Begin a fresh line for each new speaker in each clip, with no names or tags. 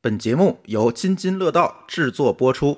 本节目由津津乐道制作播出。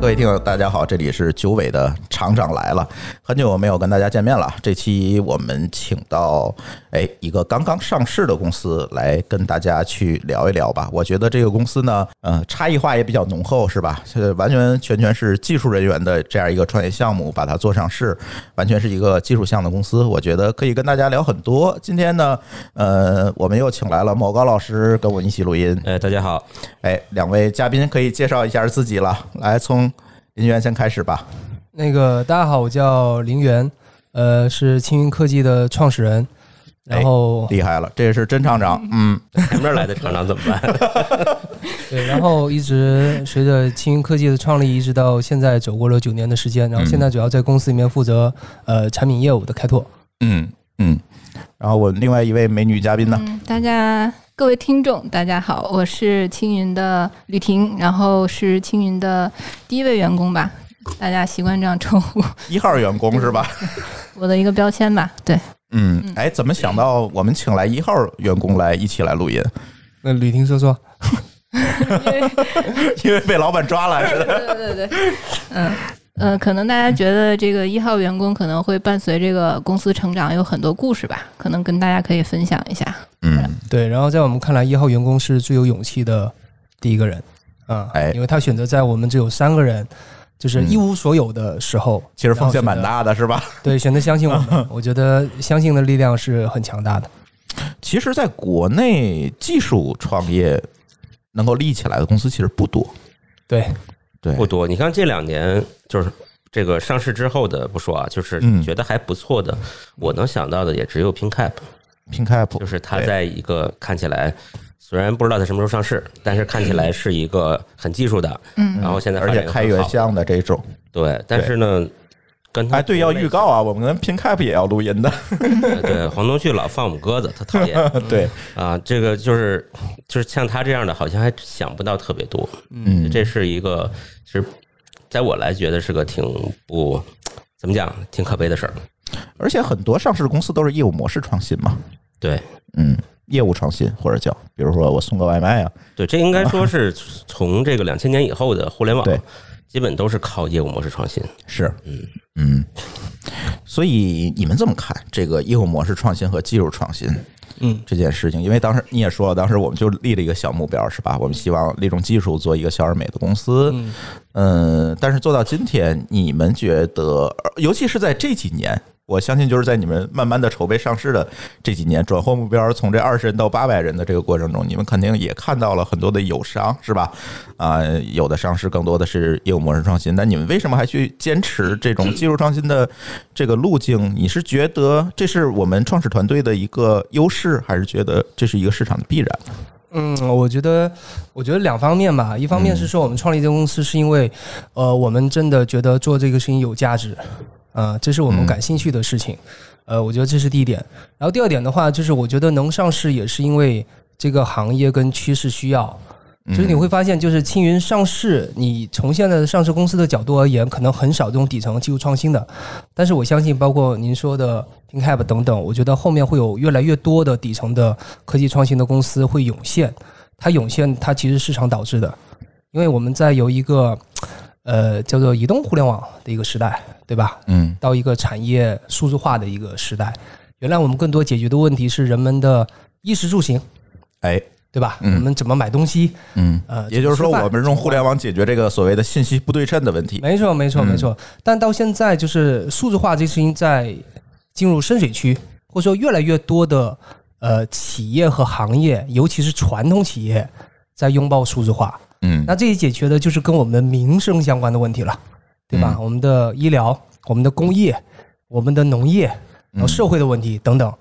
各位听友，大家好，这里是九尾的厂长来了，很久没有跟大家见面了。这期我们请到哎一个刚刚上市的公司来跟大家去聊一聊吧。我觉得这个公司呢，呃，差异化也比较浓厚，是吧？是完全全全是技术人员的这样一个创业项目，把它做上市，完全是一个技术项的公司。我觉得可以跟大家聊很多。今天呢，呃，我们又请来了某高老师跟我一起录音，
呃，大家好，
哎，两位嘉宾可以介绍一下自己了。来，从林源先开始吧。
那个大家好，我叫林源，呃，是青云科技的创始人，
哎
然后、
厉害了，这是真厂长。嗯，
前面来的厂长怎么办？
对，然后一直随着青云科技的创立，一直到现在走过了九年的时间，然后现在主要在公司里面负责呃产品业务的开拓。
嗯嗯。然后我另外一位美女嘉宾呢？
嗯，大家各位听众，大家好，我是青云的吕婷，然后是青云的第一位员工吧，大家习惯这样称呼
一号员工是吧？
我的一个标签吧。 对，
嗯，哎，怎么想到我们请来一号员工来一起来录 音？
那吕婷说说，
因为被老板抓了，是的
对对对对，嗯。呃，可能大家觉得这个一号员工可能会伴随这个公司成长有很多故事吧，可能跟大家可以分享一下。
嗯，
对，然后在我们看来，一号员工是最有勇气的第一个人啊，
哎嗯
因为他选择在我们只有三个人，就是一无所有的时候，
其实风险蛮大的，是吧？
对，选择相信我 们，我觉得相信的力量是很强大的。
其实，在国内技术创业能够立起来的公司其实不多。
对，
对，
不多。你看这两年就是这个上市之后的不说啊，就是
嗯
觉得还不错的，我能想到的也只有 PinCap，
PinCap
就是它在一个看起来虽然不知道它什么时候上市，但是看起来是一个很技术的，
嗯
然后现在
嗯而且开源
源
项的这种。
对，但是呢，跟它
哎，对，要预告啊，我们跟 PinCap 也要录音的。
呃 对黄东旭老放我们鸽子，他讨 厌
对，
啊，这个就是就是像他这样的，好像还想不到特别多，
嗯，
这是一个，其实在我来觉得是个挺不怎么讲，挺可悲的事儿。
而且很多上市公司都是业务模式创新嘛，
对
嗯，业务创新或者叫，比如说我送个外卖啊，
对，这应该说是从这个两千年以后的互联网
对，
基本都是靠业务模式创新。
是，
嗯
嗯，所以你们怎么看这个业务模式创新和技术创新
嗯，
这件事情？因为当时你也说了，当时我们就立了一个小目标，是吧？我们希望利用技术做一个小而美的公司，
嗯
嗯，但是做到今天，你们觉得，尤其是在这几年，我相信就是在你们慢慢的筹备上市的这几年，转换目标从这二十人到八百人的这个过程中，你们肯定也看到了很多的友商，是吧？啊、有的上市更多的是业务模式创新，那你们为什么还去坚持这种技术创新的这个路径？你是觉得这是我们创始团队的一个优势，还是觉得这是一个市场的必然？
嗯，我觉得，我觉得两方面吧。一方面是说，我们创立这个公司是因为，呃，我们真的觉得做这个事情有价值，啊、这是我们
嗯
感兴趣的事情，呃，我觉得这是第一点。然后第二点的话，就是我觉得能上市也是因为这个行业跟趋势需要，就是嗯你会发现，就是青云上市，你从现在的上市公司的角度而言，可能很少这种底层技术创新的。但是我相信，包括您说的 ThinkHab 等等，我觉得后面会有越来越多的底层的科技创新的公司会涌现。它涌现，它其实是市场导致的，因为我们在由一个呃叫做移动互联网的一个时代，对吧？
嗯
到一个产业数字化的一个时代。原来我们更多解决的问题是人们的衣食住行，
哎，
对吧？
嗯
我们怎么买东西？
嗯。
呃，
也就是说，
怎么吃饭
我们用互联网解决这个所谓的信息不对称的问题。
没错，没错，
嗯
没错。但到现在，就是数字化这事情在进入深水区，或者说越来越多的呃企业和行业，尤其是传统企业，在拥抱数字化。
嗯
那这也解决的就是跟我们的民生相关的问题了，对吧？
嗯
我们的医疗、我们的工业、我们的农业，
嗯
然后社会的问题等等。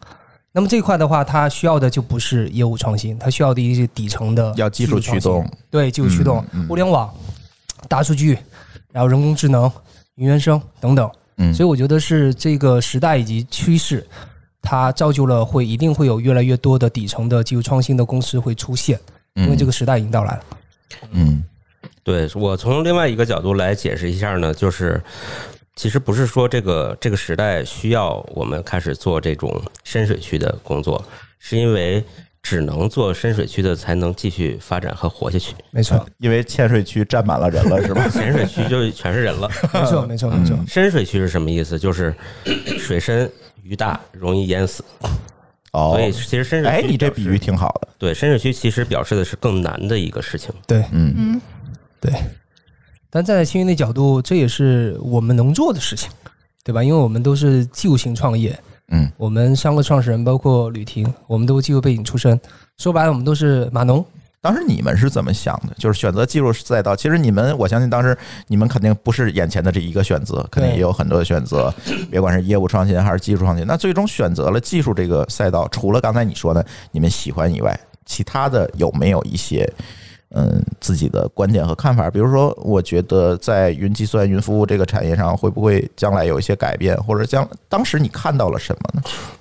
那么这一块的话，它需要的就不是业务创新，它需要的一些底层的
要技术驱
创新
动，
对技术驱动、
嗯嗯
互联网、大数据，然后人工智能、云原生等等。
嗯
所以我觉得是这个时代以及趋势，它造就了会一定会有越来越多的
嗯
底层的技术创新的公司会出现，因为这
个
个时代已经到来了。
嗯，
对我从另外一个角度来解释一下呢，就是其实不是说这个这个时代需要我们开始做这种深水区的工作，是因为只能做深水区的才能继续发展和活下去，
没错，
因为浅水区占满了人了，是 吧？
浅水区就全是人了。
没错，没错，没错。
嗯
深水区是什么意思？就是水深鱼大，容易淹死。
哦
所，以其实深水
哎，
区
你这
表
比
示
喻挺好的，
对深水区其实表示的是更难的一个事情。
对
嗯，
嗯，
对，但站在青云的角度，这也是我们能做的事情，对吧？因为我们都是技术型创业，
嗯，
我们三个创始人包括吕婷，我们都技术背景出身，说白了，我们都是码农。
当时你们是怎么想的？就是选择技术赛道，其实你们，我相信当时你们肯定不是眼前的这一个选择，肯定也有很多的选 择，别管是业务创新还是技术创新。那最终选择了技术这个赛道，除了刚才你说的你们喜欢以外，其他的有没有一些？嗯，自己的观点和看法，比如说，我觉得在云计算、云服务这个产业上，会不会将来有一些改变，或者将当时你看到了什么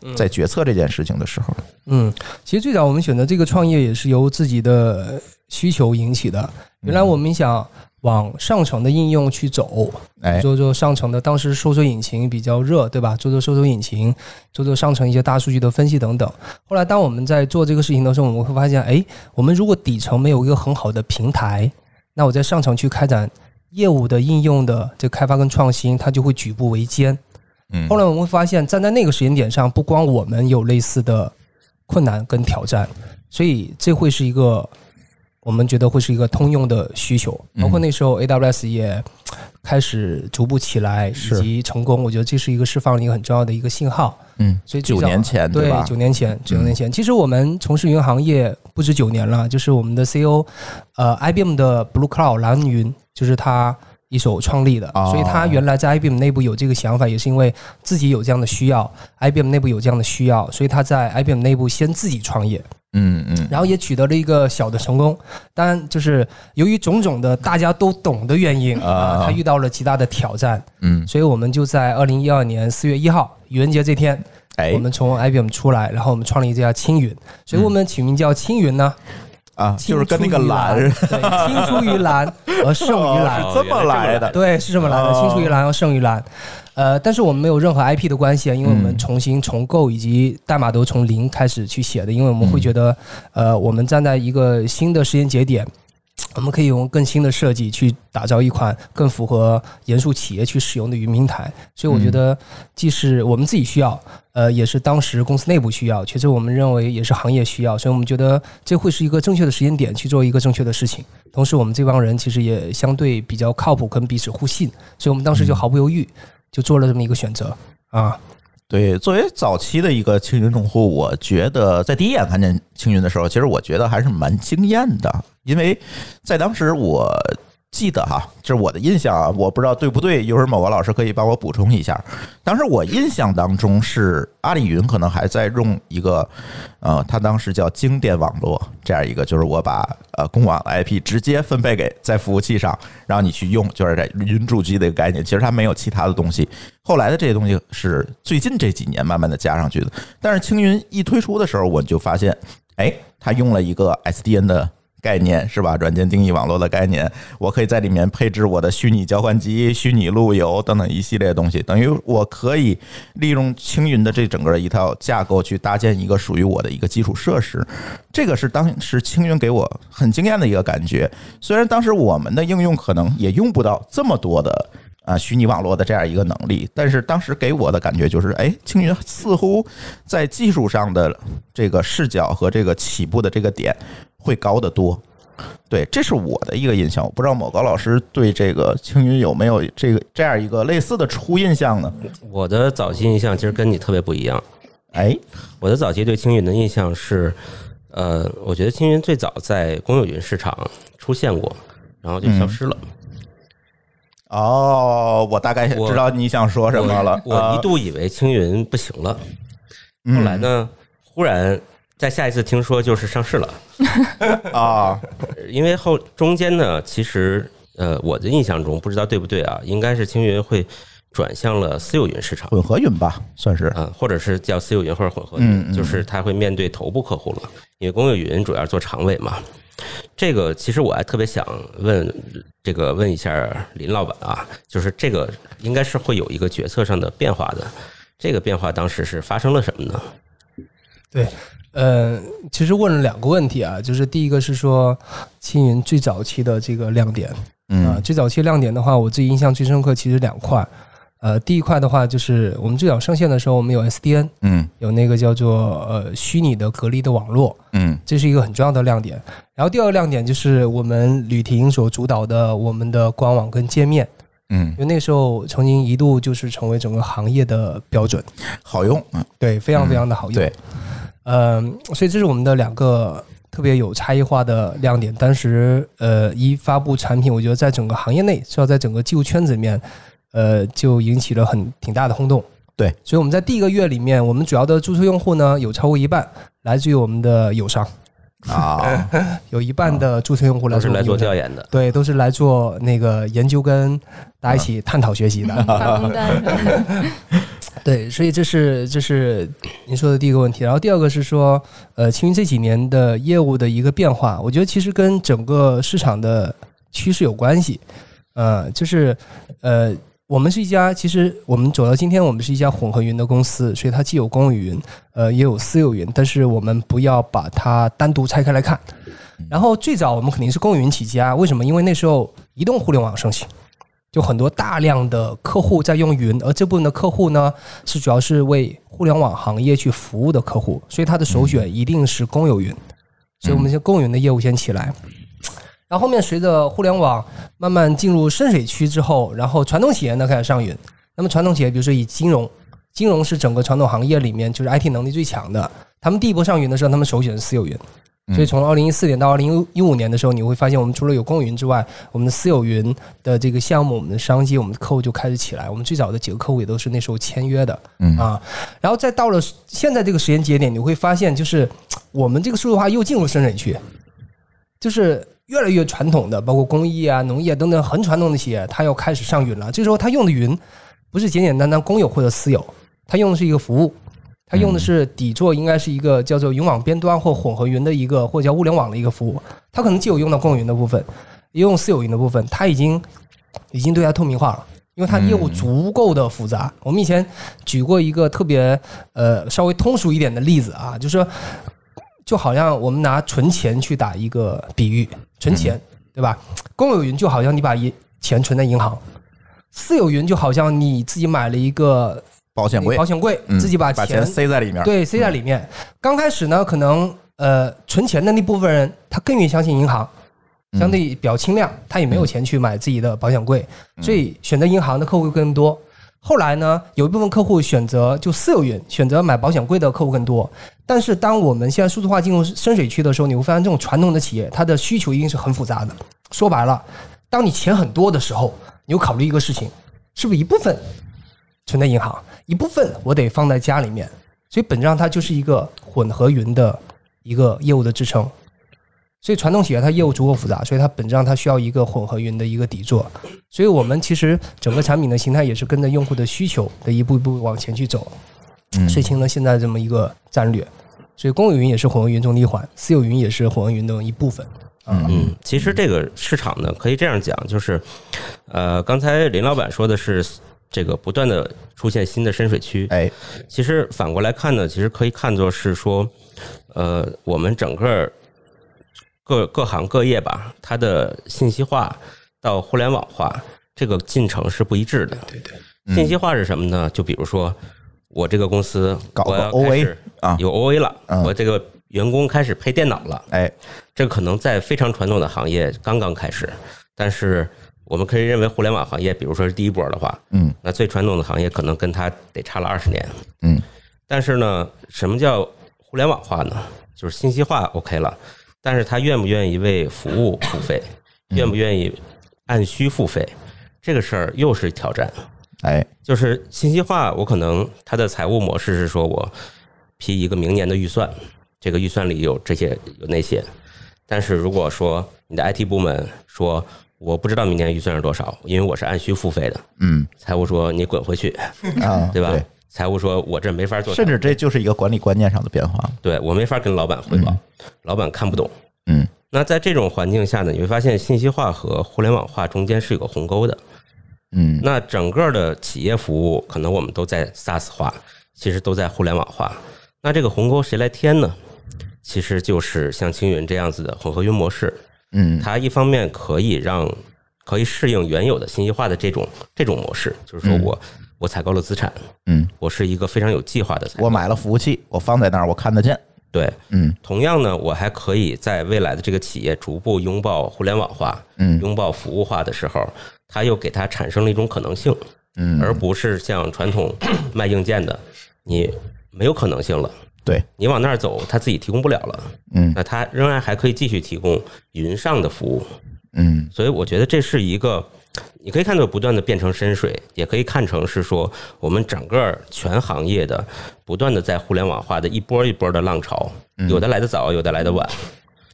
呢？在决策这件事情的时候，
嗯，其实最早我们选择这个创业也是由自己的需求引起的。原来我们想往上层的应用去走，
哎，
做做上层的，当时搜索引擎比较热，对吧？做做搜索引擎，做做上层一些大数据的分析等等。后来，当我们在做这个事情的时候，我们会发现，哎，我们如果底层没有一个很好的平台，那我在上层去开展业务的应用的这开发跟创新，它就会举步维艰。
嗯
后来我们会发现，站在那个时间点上，不光我们有类似的困难跟挑战，所以这会是一个我们觉得会是一个通用的需求。
嗯
包括那时候 AWS 也开始逐步起来以
是
及成功，我觉得这是一个释放了一个很重要的一个信号。
嗯，
所以最
九
早
年前
对
吧？嗯
九年前，九年前，其实我们从事云行业不止九年了，就是我们的 CEO，呃，IBM 的 Blue Cloud 蓝云，就是他一手创立的，
哦
所以他原来在 IBM 内部有这个想法，也是因为自己有这样的需要，IBM 内部有这样的需要，所以他在 IBM 内部先自己创业，
嗯嗯，
然后也取得了一个小的成功，当然就是由于种种的大家都懂的原因啊、
啊
他遇到了极大的挑战，
嗯，
所以我们就在二零一二年四月一号愚人节这天。
哎
我们从 IBM 出来，然后我们创立这家青云，所以我们起名叫青云呢，
啊，就是跟那个
蓝，
蓝似
对，青出于蓝 而胜于蓝，
哦哦是这么来的，
对，是这么来的，
哦
青出于蓝而胜于蓝。呃，但是我们没有任何 IP 的关系，啊因为我们
嗯
重新重构以及代码都从零开始去写的，因为我们
嗯
会觉得，呃，我们站在一个新的时间节点。我们可以用更新的设计去打造一款更符合严肃企业去使用的云平台，所以我觉得既是我们自己需要，呃，也是当时公司内部需要，其实我们认为也是行业需要，所以我们觉得这会是一个正确的时间点去做一个正确的事情。同时，我们这帮人其实也相对比较靠谱，跟彼此互信，所以我们当时就毫不犹豫就做了这么一个选择啊。
对，作为早期的一个青云用户，我觉得在第一眼看见青云的时候，其实我觉得还是蛮惊艳的，因为在当时我记得哈，这是我的印象啊，我不知道对不对，一会儿某个老师可以帮我补充一下。当时我印象当中是阿里云可能还在用一个，呃，它当时叫经典网络这样一个，就是我把呃公网的 IP 直接分配给在服务器上，让你去用，就是这云主机的一个概念。其实它没有其他的东西，后来的这些东西是最近这几年慢慢的加上去的。但是青云一推出的时候，我就发现，哎，它用了一个 SDN 的概念，是吧？软件定义网络的概念，我可以在里面配置我的虚拟交换机、虚拟路由等等一系列的东西，等于我可以利用青云的这整个一套架构去搭建一个属于我的一个基础设施。这个是当时青云给我很惊艳的一个感觉。虽然当时我们的应用可能也用不到这么多的。啊，虚拟网络的这样一个能力，但是当时给我的感觉就是，哎，青云似乎在技术上的这个视角和这个起步的这个点会高得多。对，这是我的一个印象，我不知道某高老师对这个青云有没有这个这样一个类似的初印象呢？
我的早期印象其实跟你特别不一样。
哎，
我的早期对青云的印象是，呃，我觉得青云最早在公有云市场出现过，然后就消失了。
哦，我大概知道你想说什么了。啊嗯
我一度以为青云不行了，
度
后来呢，忽然在下一次听说就是上市了，
啊，
因为后中间呢，其实呃，我的印象中不知道对不对啊，应该是青云会转向了私有云市场。
混合云吧，算是
呃啊，或者是叫私有云或者混合
嗯
云，
嗯
就是它会面对头部客户了，因为公有云主要是做长尾嘛。这个其实我还特别想问，这个问一下林老板啊，就是这个应该是会有一个决策上的变化的，这个变化当时是发生了什么呢？
对，呃，其实问了两个问题啊，就是第一个是说青云最早期的这个亮点啊、
嗯
最早期亮点的话，我最印象最深刻其实两块，呃，第一块的话就是我们最早上线的时候，我们有 SDN，
嗯
有那个叫做呃虚拟的隔离的网络，
嗯
这是一个很重要的亮点。然后第二个亮点就是我们吕婷所主导的我们的官网跟界面，
嗯
因，为那时候曾经一度就是成为整个行业的标准，
好用，嗯
对，非常非常的好用。
对，
嗯，所以这是我们的两个特别有差异化的亮点。当时呃一发布产品，我觉得在整个行业内，至少在整个技术圈子里面，呃就引起了很挺大的轰动。
对，
所以我们在第一个月里面，我们主要的注册用户呢有超过一半来自于我们的友商，
啊，
有一半的注册用户来
当
自于
时
我
啊
们
来做
友商
调研的，
对，都是来做那个研究跟大家一起探讨学习的。
发红单什么的，
对，所以这是这是您说的第一个问题，然后第二个是说，呃，青云这几年的业务的一个变化，我觉得其实跟整个市场的趋势有关系，呃，就是呃，我们是一家，其实我们走到今天，我们是一家混合云的公司，所以它既有公有云，呃，也有私有云，但是我们不要把它单独拆开来看。然后最早我们肯定是公有云起家，为什么？因为那时候移动互联网盛行，就很多大量的客户在用云，而这部分的客户呢，是主要是为互联网行业去服务的客户，所以他的首选一定是公有云。所以我们先公有云的业务先起来，然后后面随着互联网慢慢进入深水区之后，然后传统企业呢开始上云。那么传统企业，比如说以金融，金融是整个传统行业里面就是 IT 能力最强的，他们第一波上云的时候，他们首选是私有云。
嗯
所以从二零一四年到二零一五年的时候，你会发现我们除了有公有云之外，我们的私有云的这个项目、我们的商机、我们的客户就开始起来。我们最早的几个客户也都是那时候签约的
嗯
啊。然后再到了现在这个时间节点，你会发现就是我们这个数字化又进入深水区，就是越来越传统的，包括工艺啊、农业等等很传统的企业，它要开始上云了。这时候它用的云不是简简单单公有或者私有，它用的是一个服务。它用的是底座，应该是一个叫做云网边端或混合云的一个，或者叫物联网的一个服务。它可能既有用到公有云的部分，也用私有云的部分。它已经已经对它透明化了，因为它业
嗯
务足够的复杂。我们以前举过一个特别呃稍微通俗一点的例子啊，就是说就好像我们拿存钱去打一个比喻，
嗯
存钱对吧？公有云就好像你把银钱存在银行，私有云就好像你自己买了一个
保险柜
保，险柜，
嗯
自己把
把钱塞嗯在里面，
对，塞在里面。刚开始呢，可能呃存钱的那部分人，他更愿意相信银行，
嗯
相对比较轻量，他也没有钱去买自己的保险柜，所以选择银行的客户更多。后来呢，有一部分客户选择就私有云，选择买保险柜的客户更多。但是当我们现在数字化进入深水区的时候，你会发现这种传统的企业，它的需求一定是很复杂的。说白了，当你钱很多的时候，你会考虑一个事情，是不是一部分存在银行，一部分我得放在家里面，所以本质上它就是一个混合云的一个业务的支撑。所以传统企业它业务足够复杂，所以它本质上它需要一个混合云的一个底座。所以我们其实整个产品的形态也是跟着用户的需求的一步一步往前去走，
嗯
睡清了现在这么一个战略。所以公有云也是混合云中的一环，私有云也是混合云的一部分。
嗯，其实这个市场呢，可以这样讲，就是，呃，刚才林老板说的是这个不断的出现新的深水区，
哎，
其实反过来看呢，其实可以看作是说，呃，我们整个各各行各业吧，它的信息化到互联网化这个进程是不一致的。对
嗯
对，信息化是什么呢？就比如说我这个公司
搞个
我要开始
OA 啊
有 OA 了，
嗯
我这个员工开始配电脑了，
哎，
这个可能在非常传统的行业刚刚开始，但是我们可以认为互联网行业，比如说是第一波的话，
嗯
那最传统的行业可能跟它得差了二十年。
嗯
但是呢，什么叫互联网化呢？就是信息化 OK 了，但是他愿不愿意为服务付费，愿不愿意按需付费，这个事儿又是挑战。
哎，
就是信息化，我可能它的财务模式是说我批一个明年的预算，这个预算里有这些有那些，但是如果说你的 IT 部门说我不知道明年预算是多少，因为我是按需付费的，
嗯
财务说你滚回去，
啊，
对吧？财务说我这没法做账，
甚至这就是一个管理观念上的变化。
对我没法跟老板汇报，老板看不懂。
嗯，
那在这种环境下呢，你会发现信息化和互联网化中间是有个鸿沟的。
嗯，
那整个的企业服务，可能我们都在 SaaS 化，其实都在互联网化。那这个鸿沟谁来填呢？其实就是像青云这样子的混合云模式，
嗯
它一方面可以让可以适应原有的信息化的这种这种模式，就是说我、我采购了资产，
嗯，
我是一个非常有计划的采购
我买了服务器，我放在那儿，我看得见。
对，
嗯
同样呢，我还可以在未来的这个企业逐步拥抱互联网化、
嗯
拥抱服务化的时候，它又给它产生了一种可能性，
嗯，
而不是像传统 卖硬件的，你没有可能性了，
对，
你往那儿走，它自己提供不了了。
嗯
那它仍然还可以继续提供云上的服务，
嗯
所以我觉得这是一个，你可以看到不断的变成深水，也可以看成是说我们整个全行业的不断的在互联网化的一波一波的浪潮，有的来得早，有的来得晚，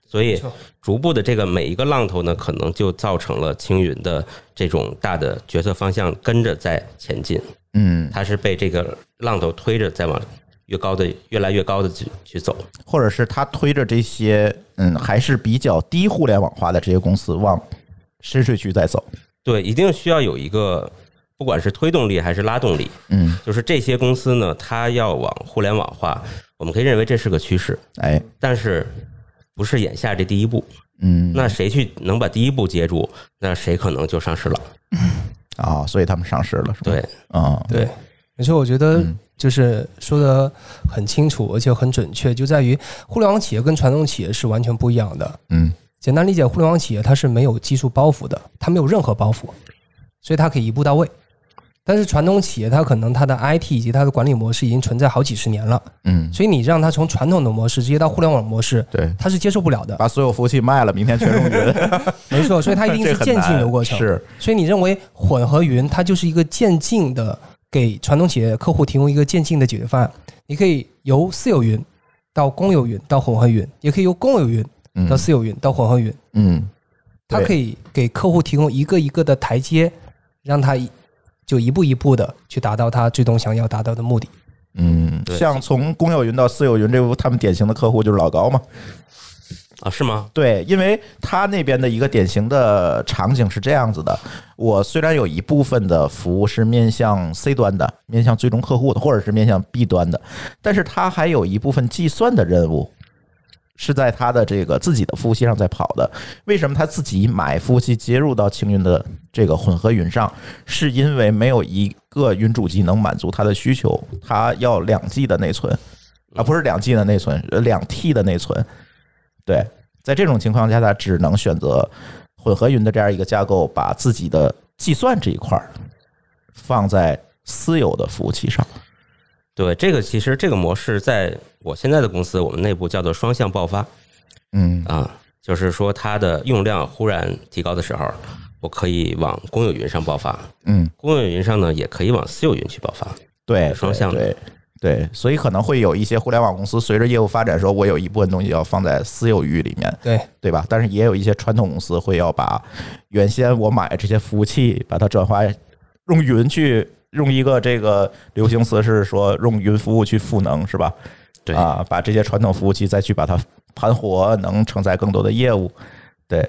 所以逐步的这个每一个浪头呢，可能就造成了青云的这种大的决策方向跟着在前进，
嗯，
它是被这个浪头推着在往越高的越来越高的去去走，
或者是他推着这些嗯还是比较低互联网化的这些公司往深水区在走。
对，一定需要有一个。不管是推动力还是拉动力，
嗯，
就是这些公司呢，它要往互联网化，我们可以认为这是个趋势，
哎，
但是不是眼下这第一步？
嗯
那谁去能把第一步接住，那谁可能就上市了。
啊、所以他们上市了，是吧？
对
啊、
对，
而且我觉得
嗯
就是说的很清楚，而且很准确，就在于互联网企业跟传统企业是完全不一样的。
嗯
简单理解，互联网企业它是没有技术包袱的，它没有任何包袱，所以它可以一步到位。但是传统企业它可能它的 IT 以及它的管理模式已经存在好几十年了，
嗯，
所以你让它从传统的模式直接到互联网模式，
对，
它是接受不了的。
把所有服务器卖了，明天全用云，
没错，所以它一定
这
是
很
渐进
难
的过 程。
是，
所以你认为混合云它就是一个渐进的，给传统企业客户提供一个渐进的解决方案。你可以由私有云到公有云到混合云，也可以由公有云
嗯
到私有云到混合云，
嗯，
它可
以，
以给客户提供一个一个的台阶，让他一就一步一步的去达到他最终想要达到的目的。
嗯，
对
像从公有云到私有云，这不他们典型的客户就是老高嘛？
啊，是吗？
对，因为他那边的一个典型的场景是这样子的：我虽然有一部分的服务是面向 C 端的，面向最终客户的，或者是面向 B 端的，但是他还有一部分计算的任务。是在他的这个自己的服务器上在跑的，为什么他自己买服务器接入到青云的这个混合云上？是因为没有一个云主机能满足他的需求，他要两 G 的内存，啊，不是两 G 的内存，呃两 T 的内存。对，在这种情况下，他只能选择混合云的这样一个架构，把自己的计算这一块儿放在私有的服务器上。
对，这个其实这个模式在我现在的公司，我们内部叫做双向爆发
嗯
啊，就是说它的用量忽然提高的时候，我可以往公有云上爆发，
嗯，
公有云上呢也可以往私有云去爆发。
对，
双向的
对。对，所以可能会有一些互联网公司随着业务发展说，我有一部分东西要放在私有域里面，
对，
对吧？但是也有一些传统公司会要把原先我买这些服务器，把它转化用云去，用一个这个流行词是说用云服务去赋能，是吧？
对
啊，把这些传统服务器再去把它盘活，能承载更多的业务。对，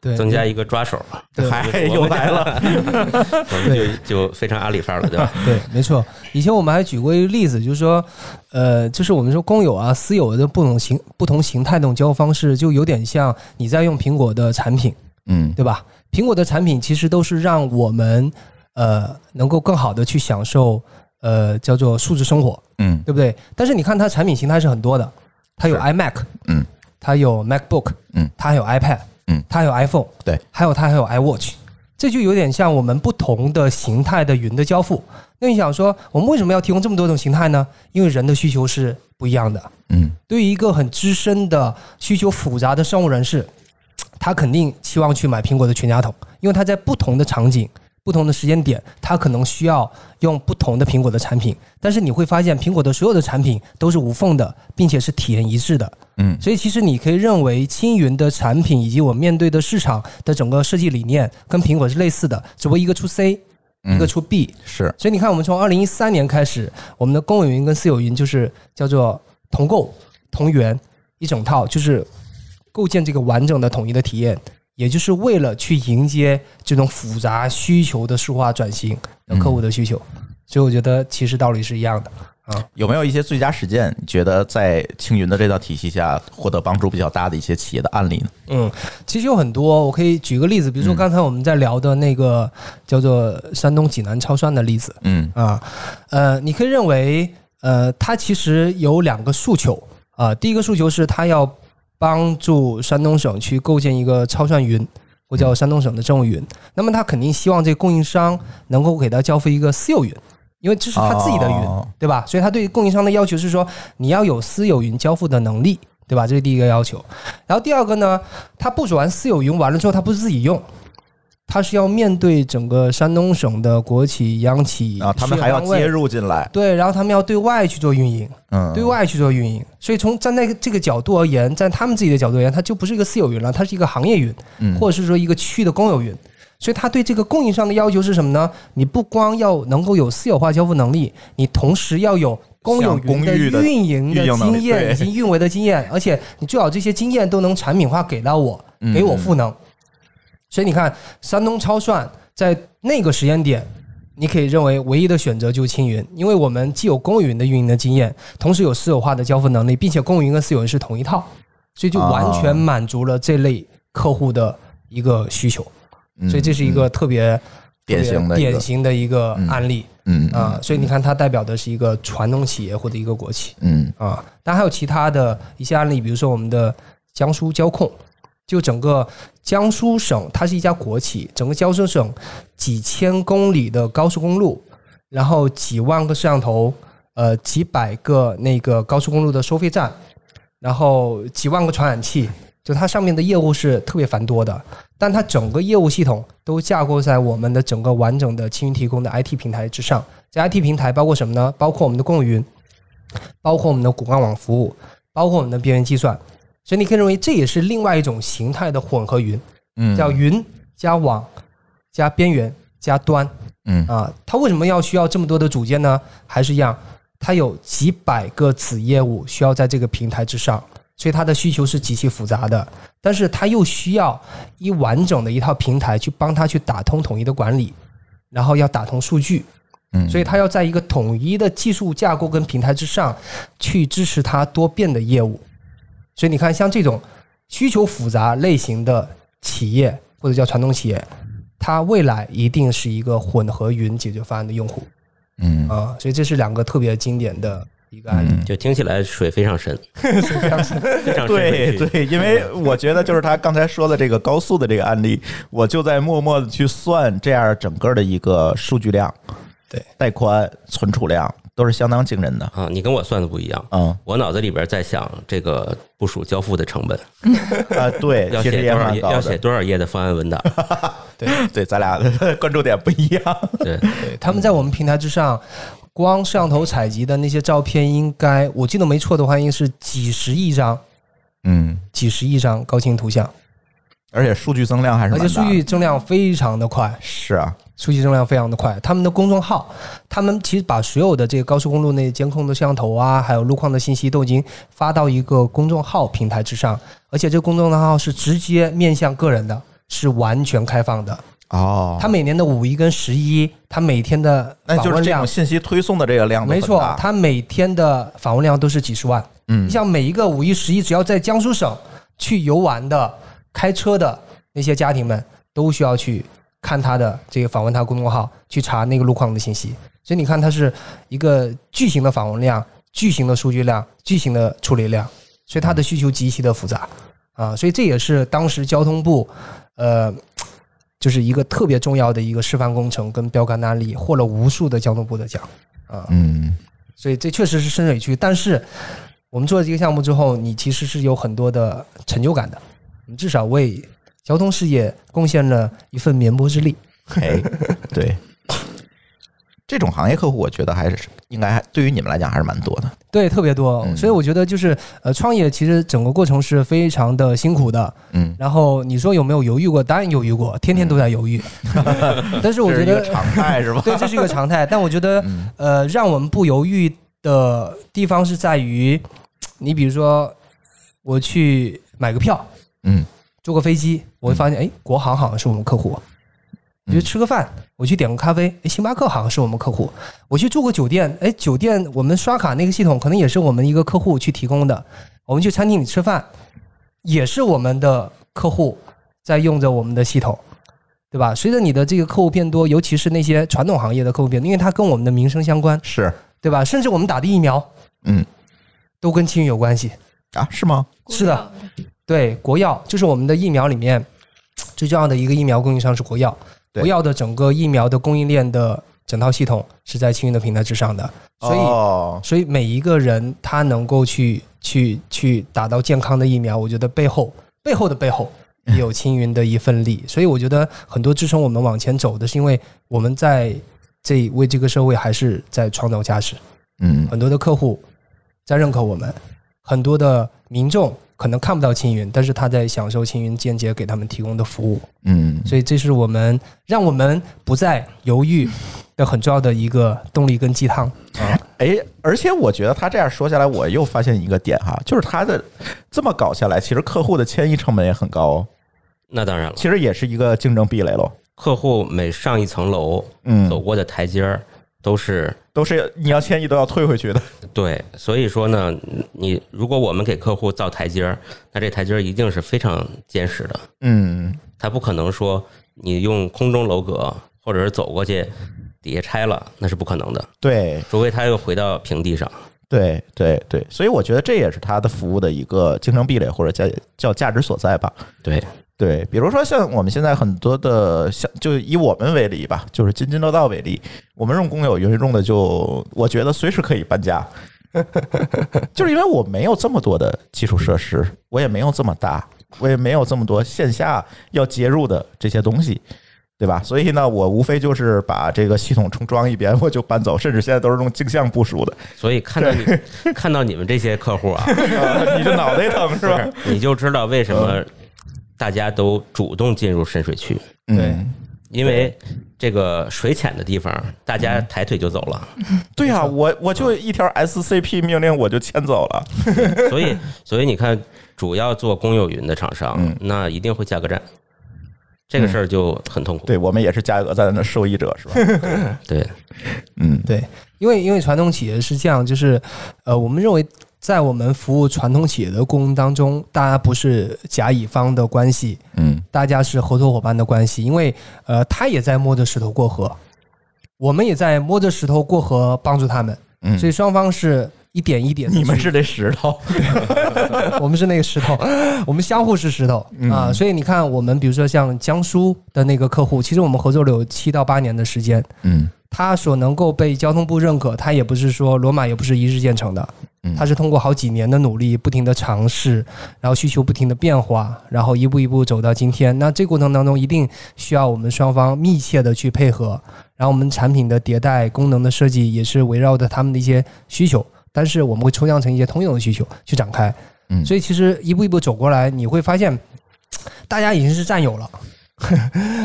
对，
增加一个抓手，
对
嗨，哎又来了，
我们就就非常阿里范儿了，对吧？
对，没错。以前我们还举过一个例子，就是说，呃，就是我们说公有啊、私有的不同形、不同形态的这种交互方式，就有点像你在用苹果的产品，
嗯
对吧？苹果的产品其实都是让我们呃能够更好的去享受呃叫做数字生活，
嗯
对不对？但是你看它产品形态是很多的，它有
是
iMac，
嗯，
它有 MacBook，
嗯，
它还有 iPad，
嗯，
它还有 iPhone，
对，
还有它还有 iWatch，这就有点像我们不同的形态的云的交付。那你想说，我们为什么要提供这么多种形态呢？因为人的需求是不一样的。
嗯
对于一个很资深的、需求复杂的商务人士，他肯定期望去买苹果的全家桶，因为他在不同的场景、不同的时间点，他可能需要用不同的苹果的产品。但是你会发现，苹果的所有的产品都是无缝的，并且是体验一致的。
嗯
所以其实你可以认为青云的产品以及我面对的市场的整个设计理念跟苹果是类似的，只不过一个出 C，
嗯
一个出 B，
是
所以你看，我们从二零一三年开始，我们的公有云跟私有云就是叫做同构、同源一整套，就是构建这个完整的统一的体验，也就是为了去迎接这种复杂需求的数化转型的客户的需求。所以我觉得其实道理是一样的。
有没有一些最佳实践？你觉得在青云的这套体系下获得帮助比较大的一些企业的案例呢？
嗯，其实有很多，我可以举个例子，比如说
嗯
刚才我们在聊的那个叫做山东济南超算的例子，
嗯
啊，呃，你可以认为，呃，它其实有两个诉求啊、第一个诉求是它要帮助山东省去构建一个超算云，或叫山东省的政务云。那么它肯定希望这个供应商能够给它交付一个私有云，因为这是它自己的云，
哦
对吧？所以它对供应商的要求是说，你要有私有云交付的能力，对吧？这是第一个要求。然后第二个呢，它部署完私有云完了之后，它不是自己用。它是要面对整个山东省的国企、央企
啊，他们
事业
还要
单位
接入进来，
对，然后他们要对外去做运营，
嗯，
对外去做运营。所以从站在这个角度而言，站在他们自己的角度而言，它就不是一个私有云了，它是一个行业云，
嗯，
或者是说一个区域的公有云。所以它对这个供应商的要求是什么呢？你不光要能够有私有化交付能力，你同时要有公有
像公
云的
寓的
运营的
运营能力
经验以及运维的经验，而且你最好这些经验都能产品化给到我。
嗯
给我赋能。所以你看，山东超算在那个时间点，你可以认为唯一的选择就是青云，因为我们既有公有云的运营的经验，同时有私有化的交付能力，并且公有云跟私有云是同一套，所以
啊
就完全满足了这类客户的一个需求。
嗯
所以这是一
嗯
个特别
典型的
特
一
别
个
典型的一个案例
嗯嗯
啊。所以你看，它代表的是一个传统企业或者一个国企。
嗯
啊，但还有其他的一些案例，比如说我们的江苏交控，就整个江苏省，它是一家国企，整个江苏省几千公里的高速公路，然后几万个摄像头，呃，几百个那个高速公路的收费站，然后几万个传感器，就它上面的业务是特别繁多的，但它整个业务系统都架构在我们的整个完整的青云提供的 IT 平台之上。这 IT 平台包括什么呢？包括我们的公有云，包括我们的骨干网服务，包括我们的边缘计算。所以你可以认为这也是另外一种形态的混合云，
嗯，
叫云加网加边缘加端
嗯
啊。它为什么要需要这么多的组件呢？还是一样，它有几百个子业务需要在这个平台之上，所以它的需求是极其复杂的。但是它又需要一完整的一套平台去帮它去打通统一的管理，然后要打通数据，
嗯，
啊所以它要在一个统一的技术架构跟平台之上去支持它多变的业务。所以你看，像这种需求复杂类型的企业，或者叫传统企业，它未来一定是一个混合云解决方案的用户
嗯
啊、所以这是两个特别经典的一个案例。
嗯。
就听起来水非常深，非常深
对
回去
对，因 为我觉得就是他刚才说的这个高速的这个案例，我就在默默的去算这样整个的一个数据量、
对
带宽、存储量都是相当惊人的。
啊，你跟我算的不一样。
嗯
我脑子里边在想这个部署交付的成本，
啊，对，
要
其实
写
也
多少
蛮
页，
高
要写
的。
多少页的方案文档？
对，咱俩关注点不一样。
对，
对，他们在我们平台之上，光摄像头采集的那些照片，应该我记得没错的话，应该是几十亿张、
嗯，
几十亿张高清图像，
而且数据增量还是
而
蛮
且
大
数
的
据增量非常的快。
是啊，
数据增量非常的快。他们的公众号，他们其实把所有的这个高速公路内监控的摄像头啊，还有路况的信息都已经发到一个公众号平台之上，而且这个公众号是直接面向个人的，是完全开放的。
哦，
他每年的五一跟十一，他每天的
那
访
就是
问
这种
量。
信息推送的这个量都
没
很
错
大，
他每天的访问量都是几十万。
嗯
你想，每一个五一、十一，只要在江苏省去游玩的、开车的那些家庭们，都需要去看他的这个访问他公众号，去查那个路况的信息。所以你看，它是一个巨型的访问量、巨型的数据量、巨型的处理量，所以它的需求极其的复杂啊。所以这也是当时交通部，呃。就是一个特别重要的一个示范工程跟标杆案例，获了无数的交通部的奖啊。
嗯
所以这确实是深水区。但是我们做了这个项目之后，你其实是有很多的成就感的，你至少为交通事业贡献了一份绵薄之力。
哎，对，这种行业客户，我觉得还是应该还对于你们来讲还是蛮多的。
对，特别多，
嗯
所以我觉得就是呃，创业其实整个过程是非常的辛苦的。
嗯，
然后你说有没有犹豫过？当然犹豫过，天天都在犹豫。 但是我
这是
觉
一个
得，
常态是吧？
对，这是一个常态。但我觉得，
嗯
呃，让我们不犹豫的地方是在于，你比如说，我去买个票，
嗯
坐个飞机，我会发现，哎，国航好像是我们客户。我去吃个饭，我去点个咖啡，哎，星巴克好像是我们客户。我去住个酒店，哎，酒店我们刷卡那个系统可能也是我们一个客户去提供的。我们去餐厅里吃饭，也是我们的客户在用着我们的系统，对吧？随着你的这个客户变多，尤其是那些传统行业的客户变多，因为它跟我们的民生相关，
是
对吧？甚至我们打的疫苗
嗯
都跟青云有关系。
啊是吗？
是的，对，国药就是我们的疫苗里面最重要的一个疫苗供应商是国药，
对
国药的整个疫苗的供应链的整套系统是在青云的平台之上的，所以、
哦
所以每一个人他能够去去去打到健康的疫苗，我觉得背后背后的 背后。也有青云的一份力，所以我觉得很多支撑我们往前走的，是因为我们在这为这个社会还是在创造价值。
嗯
很多的客户在认可我们，很多的民众可能看不到青云，但是他在享受青云间接给他们提供的服务，
嗯
所以这是我们让我们不再犹豫的很重要的一个动力跟鸡汤。
哎，而且我觉得他这样说下来，我又发现一个点哈，就是他的这么搞下来，其实客户的迁移成本也很高哦，
那当然了，
其实也是一个竞争壁垒喽。
客户每上一层楼走
嗯，
过的台阶儿都是
都是你要迁移都要退回去的。
对，所以说呢，你如果我们给客户造台阶儿，那这台阶儿一定是非常坚实的，
嗯
它不可能说你用空中楼阁或者是走过去底下拆了，那是不可能的，，
对
除非他又回到平地上。
对对对，所以我觉得这也是他的服务的一个竞争壁垒，或者叫叫价值所在吧。
对，
对，比如说像我们现在很多的，像就以我们为例吧，就是津津乐道为例，我们用公有云用的就，我觉得随时可以搬家，就是因为我没有这么多的基础设施，我也没有这么大，我也没有这么多线下要接入的这些东西，对吧？所以呢，我无非就是把这个系统重装一遍，我就搬走，甚至现在都是用镜像部署的，
所以看到你 看到你们这些客户 啊，
啊你这脑袋疼是吧？
你就知道为什么大家都主动进入深水区，
嗯，
因为这个水浅的地方，大家抬腿就走了。
对呀、我我就一条 SCP 命令我就迁走了，嗯
所以，所以你看，主要做公有云的厂商
嗯，
那一定会价格战，这个事儿就很痛 苦。
对我们也是价格战的受益者， 是吧？
对，
嗯，
对，因为因为传统企业是这样，就是呃，我们认为在我们服务传统企业的过程当中，大家不是甲乙方的关系，
嗯
大家是合作伙伴的关系，因为呃，他也在摸着石头过河，我们也在摸着石头过河帮助他们，
嗯
所以双方是一点一点地去。
你们是这石头，
我们是那个石头，我们相互是石头
嗯
啊。所以你看，我们比如说像江苏的那个客户，其实我们合作了有七到八年的时间，
嗯
他所能够被交通部认可，他也不是说罗马也不是一日建成的
嗯，
他是通过好几年的努力，不停的尝试，然后需求不停的变化，然后一步一步走到今天。那这过程当中，一定需要我们双方密切的去配合，然后我们产品的迭代、功能的设计也是围绕着他们的一些需求，但是我们会抽象成一些通用的需求去展开。
嗯
所以其实一步一步走过来，你会发现，大家已经是战友了。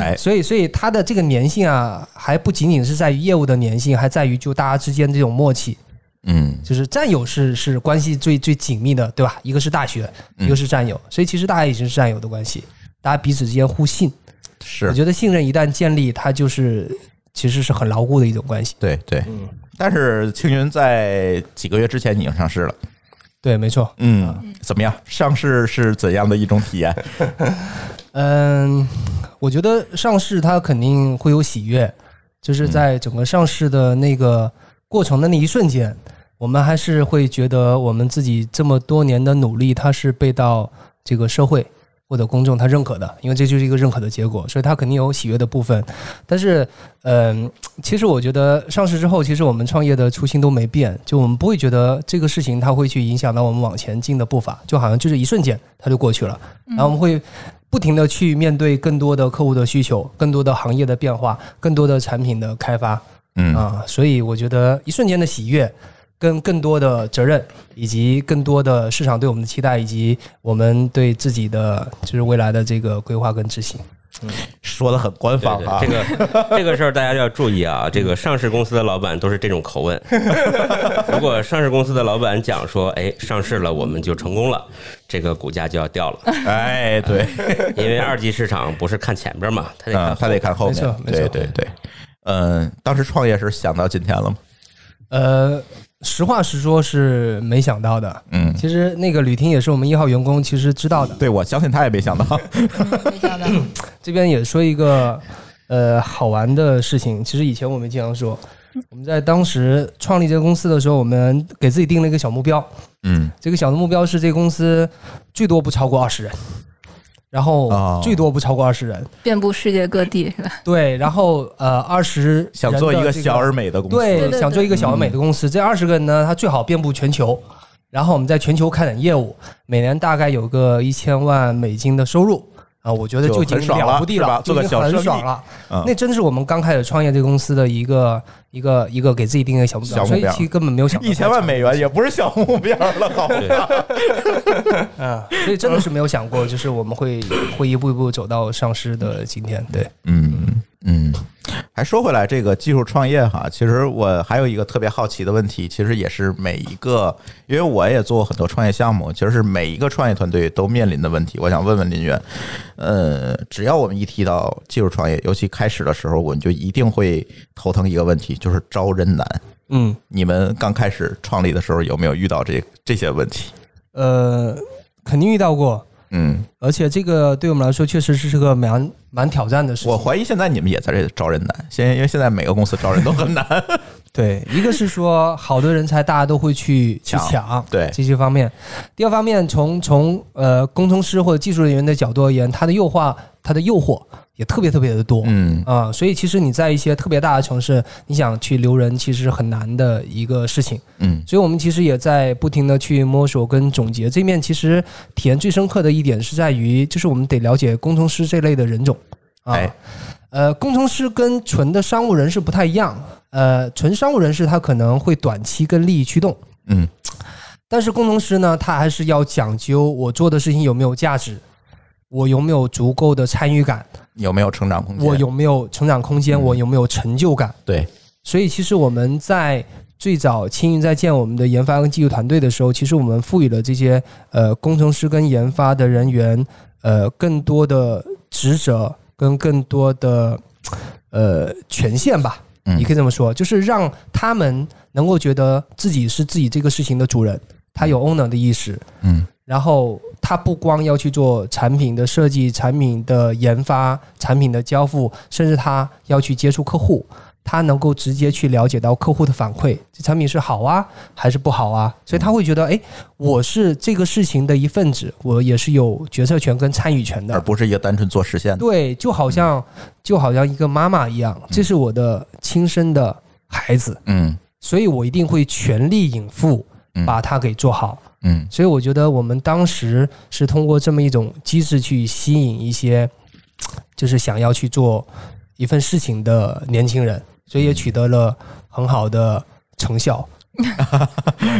哎
所以，所以它的这个粘性啊，还不仅仅是在于业务的粘性，还在于就大家之间这种默契，
嗯
就是战友是是关系最最紧密的，对吧？一个是大学，
嗯
一个是战友，所以其实大家已经是战友的关系，大家彼此之间互信。我
是，
觉得信任一旦建立，它就是其实是很牢固的一种关系。
对对，但是青云在几个月之前已经上市了，
对，没错。
嗯，怎么样？上市是怎样的一种体验？
嗯，我觉得上市它肯定会有喜悦，就是在整个上市的那个过程的那一瞬间，我们还是会觉得我们自己这么多年的努力，它是被到这个社会或者公众他认可的，因为这就是一个认可的结果，所以它肯定有喜悦的部分。但是，嗯，其实我觉得上市之后，其实我们创业的初心都没变，就我们不会觉得这个事情它会去影响到我们往前进的步伐，就好像就是一瞬间它就过去了，
嗯
然后我们会。不停的去面对更多的客户的需求，更多的行业的变化，更多的产品的开发，
嗯
啊，所以我觉得一瞬间的喜悦，跟更多的责任，以及更多的市场对我们的期待，以及我们对自己的就是未来的这个规划跟执行。
说的很官
对
方啊，
对这个 这个事儿大家要注意啊！这个上市公司的老板都是这种 口吻。如果上市公司的老板讲说：“哎，上市了，我们就成功了”，这个股价就要掉了，
哎，对，
因为二级市场不是看前边嘛，他得看
嗯，他得看后面，
没错没
对
错
对对，嗯，当时创业时想到今天了吗？
呃，实话实说是没想到的。
嗯，
其实那个吕婷也是我们一号员工，其实知道的。
对，我相信他也没想到，
没想到，
这边也说一个呃好玩的事情，其实以前我们经常说，我们在当时创立这个公司的时候，我们给自己定了一个小目标，
嗯，
这个小的目标是这个公司最多不超过二十人，然
哦
后最多不超过二十人，
遍布世界各地 是吧？
对，然后呃二十
想做一个小而美的公司，
对
对，
对
想做一个小而美的公司，这二十个人呢，它最好遍布全球。然后我们在全球开展业务，每年大概有个一千万美金的收入啊，我觉得
就
就已经
很爽了
了不地
是吧
就
做个
已经
小生
很
意
爽了。
嗯
那真是我们刚开始创业这个公司的一个一个一个给自己定一个小目
小
标，
目
所以
标
其实根本没有想到
一千万美元也不是小目标了，好吧？
啊，所以真的是没有想过，就是我们会会一步一步走到上市的今天。对，
嗯嗯，还说回来，这个技术创业哈，其实我还有一个特别好奇的问题，其实也是每一个，因为我也做过很多创业项目，其实是每一个创业团队都面临的问题。我想问问林源，呃，只要我们一提到技术创业，尤其开始的时候，我们就一定会头疼一个问题，就是招人难。
嗯，
你们刚开始创立的时候有没有遇到这这些问题？
呃，肯定遇到过，
嗯，
而且这个对我们来说确实是个蛮蛮挑战的事
我
情。
怀疑现在你们也在这招人难，现在因为现在每个公司招人都很难。
对，一个是说好的人才大家都会去去
抢
抢，
对
这些方面。第二方面，从从呃工程师或者技术人员的角度而言，他的诱惑他的诱惑也特别特别的多。
嗯
啊、所以其实你在一些特别大的城市，你想去留人，其实是很难的一个事情。
嗯
所以我们其实也在不停的去摸索跟总结。这面其实体验最深刻的一点是在于，就是我们得了解工程师这类的人种啊。
哎
呃，工程师跟纯的商务人士不太一样。呃，纯商务人士他可能会短期跟利益驱动，
嗯
但是工程师呢，他还是要讲究我做的事情有没有价值，我有没有足够的参与感，
有没有成长空间？
我有没有成长空间，
嗯
我有没有成就感。
对，
所以其实我们在最早青云在建我们的研发跟技术团队的时候，其实我们赋予了这些呃工程师跟研发的人员呃更多的职责跟更多的呃权限吧，
嗯
你可以这么说，就是让他们能够觉得自己是自己这个事情的主人，他有 owner 的意识，
嗯
然后他不光要去做产品的设计、产品的研发、产品的交付，甚至他要去接触客户，他能够直接去了解到客户的反馈，这产品是好啊还是不好啊？所以他会觉得，哎，我是这个事情的一份子，我也是有决策权跟参与权
而
的。
不是一个单纯做实现的。
对，就好像就好像一个妈妈一样，这是我的亲生的孩子，
嗯
所以我一定会全力以赴
嗯
把它给做好。
嗯
所以我觉得我们当时是通过这么一种机制去吸引一些，就是想要去做一份事情的年轻人，所以也取得了很好的成效。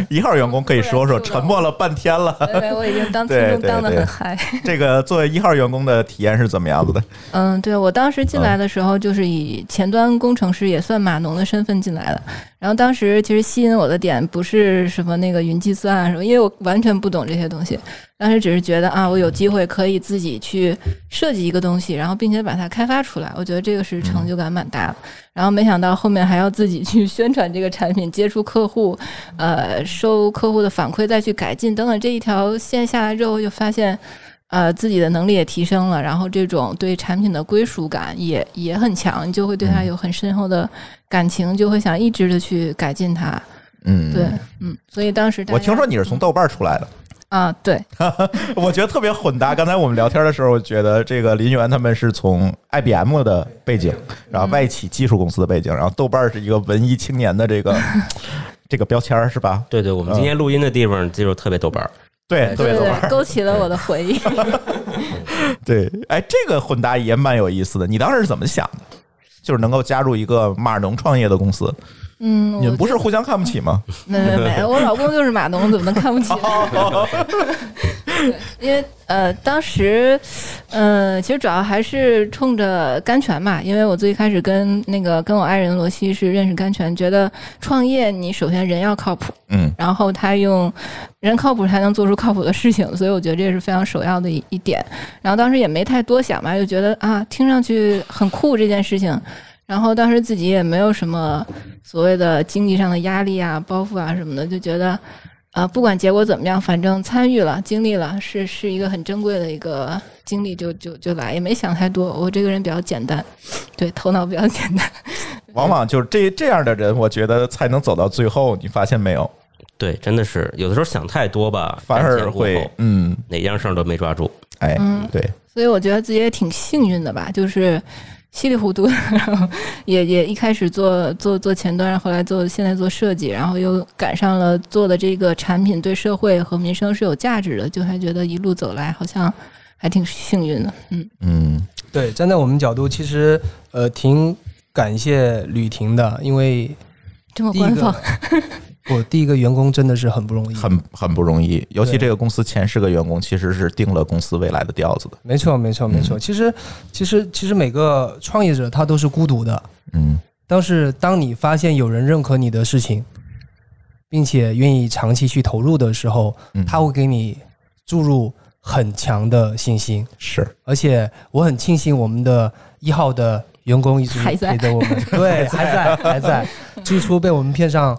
一号员工可以说说，
对
沉默了半天了，
对对，我已经当听
对
众
对
当得
对
很嗨。
这个作为一号员工的体验是怎么样子的？
嗯，对我当时进来的时候，就是以前端工程师也算码农的身份进来的。然后当时其实吸引我的点不是什么那个云计算啊什么，因为我完全不懂这些东西。当时只是觉得啊，我有机会可以自己去设计一个东西，然后并且把它开发出来，我觉得这个是成就感蛮大的。然后没想到后面还要自己去 宣传这个产品，接触客户，呃，收客户的反馈，再去改进等等。这一条线下来之后，就发现。呃，自己的能力也提升了，然后这种对产品的归属感也也很强，你就会对
嗯
它有很深厚的感情，就会想一直的去改进它。
嗯，
对，嗯，所以当时大
我
家
听说你是从豆瓣出来的，
啊，对，
我觉得特别混搭。刚才我们聊天的时候，我觉得这个林源他们是从 IBM 的背景，然后外企技术公司的背景，然后豆瓣是一个文艺青年的这个这个标签儿是吧？
对对，我们今
嗯
天录音的地方就是特别豆瓣儿，
对，特别
对
豆瓣儿
对，。勾起了我的回 忆。
对，哎，这个混搭也蛮有意思的。你当时是怎么想的？就是能够加入一个码农创业的公司。
嗯，
你们
我
不是互相看不起吗？
没没没，我老公就是码农，怎么能看不起呢？
哦
因为呃，当时，呃，其实主要还是冲着甘泉嘛，因为我最开始跟那个跟我爱人罗西是认识甘泉，觉得创业你首先人要靠谱，
嗯
然后他用人靠谱才能做出靠谱的事情，所以我觉得这也是非常首要的一一点。然后当时也没太多想吧，就觉得啊，听上去很酷这件事情。然后当时自己也没有什么所谓的经济上的压力啊、包袱啊什么的，就觉得啊，不管结果怎么样，反正参与了、经历了，是是一个很珍贵的一个经历，就就就来，也没想太多。我这个人比较简单，对，头脑比较简单。
往往就是这这样的人，我觉得才能走到最后。你发现没有？
对，真的是有的时候想太多吧，
反
瞻
而
前顾
会
后
嗯，
哪样事儿都没抓住。
哎
嗯，
对，
所以我觉得自己也挺幸运的吧，就是稀里糊涂，然后也也一开始做做做前端，然后后来做现在做设计，然后又赶上了做的这个产品对社会和民生是有价值的，就还觉得一路走来好像还挺幸运的，嗯
嗯
对，站在我们角度，其实呃挺感谢吕婷的，因为
这么
第一
官
个
方，
我第一个员工真的是很不容易，
很很不容易。尤其
对
这个公司前十个员工其实是定了公司未来的调子的。
没错没错没错。其实其实其实每个创业者他都是孤独的，
嗯
但是当你发现有人认可你的事情，并且愿意长期去投入的时候，
嗯，
他会给你注入很强的信心。
是
而且我很庆幸我们的一号的员工一直
还在
陪着我 们，对，还在还在。最初被我们骗上，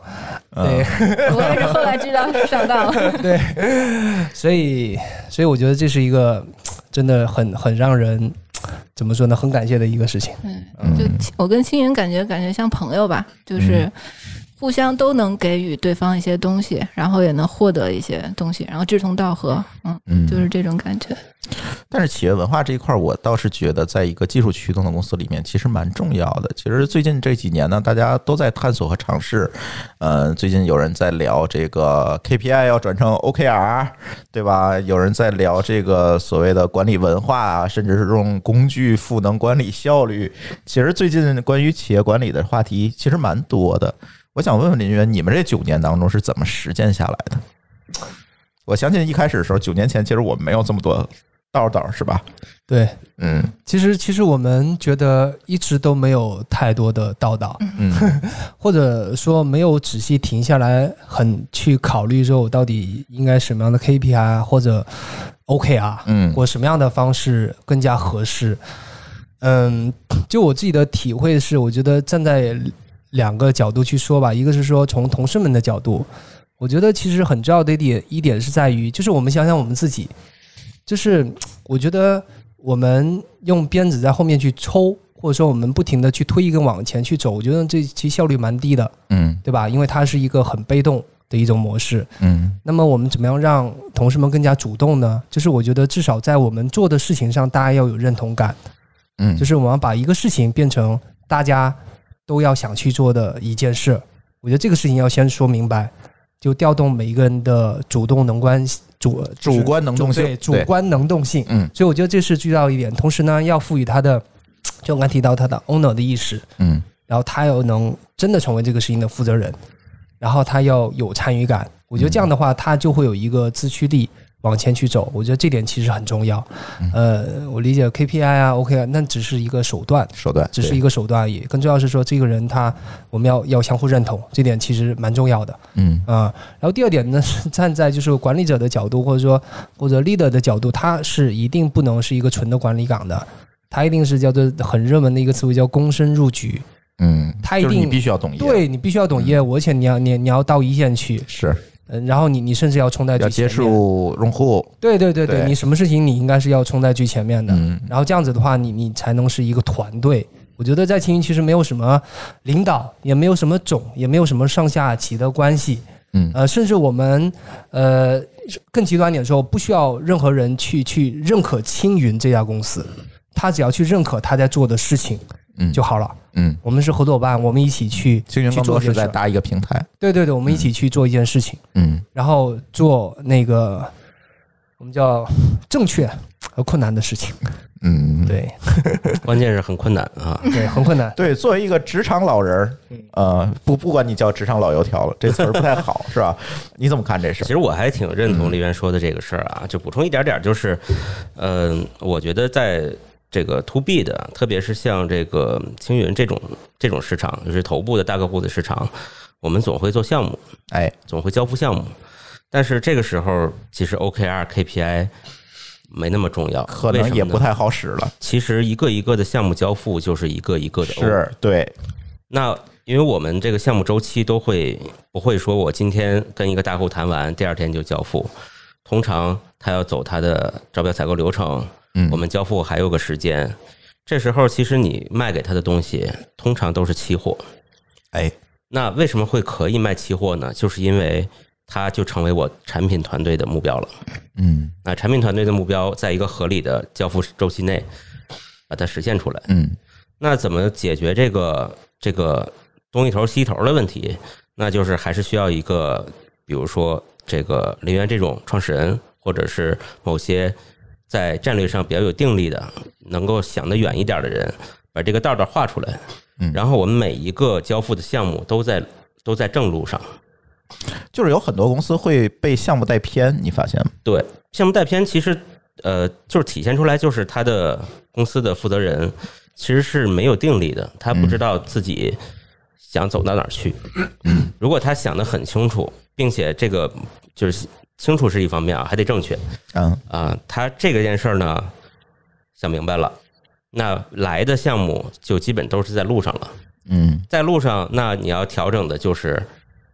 对
嗯，
我也是后来知道是上 当了，
所以所以我觉得这是一个真的很很让人怎么说呢，很感谢的一个事情。
嗯。
嗯
就我跟青云感觉感觉像朋友吧，就是互相都能给予对方一些东西，然后也能获得一些东西，然后志同道合，嗯，
嗯
就是这种感觉。
但是企业文化这一块儿，我倒是觉得，在一个技术驱动的公司里面，其实蛮重要的。其实最近这几年呢，大家都在探索和尝试。呃，最近有人在聊这个 KPI 要转成 OKR，对吧？有人在聊这个所谓的管理文化啊，甚至是用工具赋能管理效率。其实最近关于企业管理的话题其实蛮多的。我想问问林源，你们这九年当中是怎么实践下来的？我相信一开始的时候，九年前其实我们没有这么多道道是吧？
对，
嗯
其实其实我们觉得一直都没有太多的道道，
嗯
或者说没有仔细停下来，很去考虑说我到底应该什么样的 KPI 啊或者啊 OKR，
嗯
我什么样的方式更加合适？嗯，就我自己的体会是，我觉得站在两个角度去说吧，一个是说从同事们的角度，我觉得其实很重要的一点一点是在于，就是我们想想我们自己，就是我觉得我们用鞭子在后面去抽，或者说我们不停的去推一根往前去走，我觉得这其实效率蛮低的，
嗯
对吧？因为它是一个很被动的一种模式。
嗯
那么我们怎么样让同事们更加主动呢？就是我觉得至少在我们做的事情上，大家要有认同感，
嗯，
就是我们要把一个事情变成大家都要想去做的一件事。我觉得这个事情要先说明白，就调动每一个人的主动能关主
主观能动性，
对主观能动性。
嗯
所以我觉得这是最重要一点。同时呢，要赋予他的，就我刚提到他的 owner 的意识，
嗯
然后他要能真的成为这个事情的负责人，然后他要有参与感。我觉得这样的话，他就会有一个自驱力往前去走。我觉得这点其实很重要。呃，我理解 KPI 啊，OK 啊，那只是一个手段，
手段
只是一
个
个手段而已。更重要是说，这个人他我们要要相互认同，这点其实蛮重要的。
嗯
啊、然后第二点呢是站在就是管理者的角度，或者说或者 leader 的角度，他是一定不能是一个纯的管理岗的，他一定是叫做很热门的一个词汇叫躬身入局，
嗯，
他一
就是你
定
必须要懂业，
对你必须要懂业务，而且你要你你要到一线去，
是
嗯，然后你你甚至要冲在
要
最前
接
面，
触用户，
对对对对，
对
你什么事情你应该是要冲在最前面的，
嗯
然后这样子的话，你你才能是一个团队。我觉得在青云其实没有什么领导，也没有什么总，也没有什么上下级的关系，
嗯
呃，甚至我们呃更极端点说，不需要任何人去去认可青云这家公司，他只要去认可他在做的事情
嗯
就好了。
嗯，
我们是合作伙伴，我们一起去
青云
去
更
做
多
这
是
事
在
儿。
搭一个平台，
对对对，我们一起去做一件事情，
嗯
然后做那个我们叫正确呃困难的事情。
嗯，
对
关键是很困难 啊。
对，很困难。
对，作为一个职场老人儿，呃，不不管你叫职场老油条了，这词儿不太好，是吧？你怎么看这事
其
儿？
实我还挺认
嗯
同丽媛说的这个事儿啊，就补充一点点，就是，嗯、我觉得在这个 to B 的，特别是像这个青云这种这种市场，就是头部的大客户的市场，我们总会做项目，
哎，
总会交付项目，但是这个时候其实 OKR、KPI 没那么重要，
可
为什
能
么
也
呢
不太好使了。
其实一个一个的项目交付就是一个一个的 over
是对，
那因为我们这个项目周期都会不会说我今天跟一个大户谈完，第二天就交付，通常他要走他的招标采购流程，
嗯
我们交付还有个时间。这时候其实你卖给他的东西通常都是期货，
哎，
那为什么会可以卖期货呢？就是因为它就成为我产品团队的目标了。
嗯
那产品团队的目标在一个合理的交付周期内把它实现出来。
嗯
那怎么解决这个这个东一头西一头的问题？那就是还是需要一个，比如说这个林园这种创始人，或者是某些在战略上比较有定力的，能够想得远一点的人，把这个道道画出来
嗯。
然后我们每一个交付的项目都在都在正路上。
就是有很多公司会被项目带偏，你发现吗？
对，项目带偏其实呃，就是体现出来就是他的公司的负责人其实是没有定力的，他不知道自己想走到哪儿去。如果他想得很清楚，并且这个就是清楚是一方面啊，还得正确
嗯，
啊、他这个件事儿呢想明白了，那来的项目就基本都是在路上了。
嗯
在路上，那你要调整的就是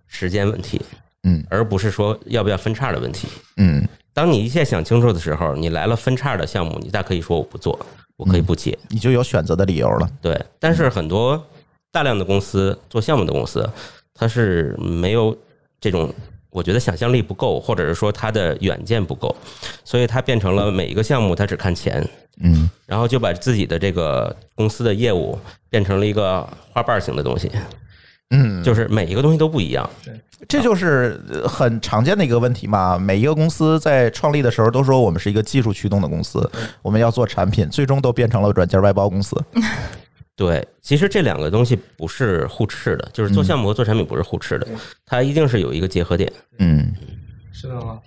时间问题，
嗯
而不是说要不要分叉的问题。
嗯
当你一切想清楚的时候，你来了分叉的项目，你大可以说我不做，我可以不接。
你就有选择的理由了。
对，但是很多大量的公司做项目的公司，它是没有这种，我觉得想象力不够，或者是说它的远见不够，所以它变成了每一个项目它只看钱，
嗯，
然后就把自己的这个公司的业务变成了一个花瓣型的东西，
嗯，
就是每一个东西都不一样。
这就是呃很常见的一个问题嘛。每一个公司在创立的时候都说我们是一个技术驱动的公司，我们要做产品，最终都变成了软件外包公司。
对，其实这两个东西不是互斥的，就是做项目和做产品不是互斥的，它一定是有一个结合点。
嗯
是的吗？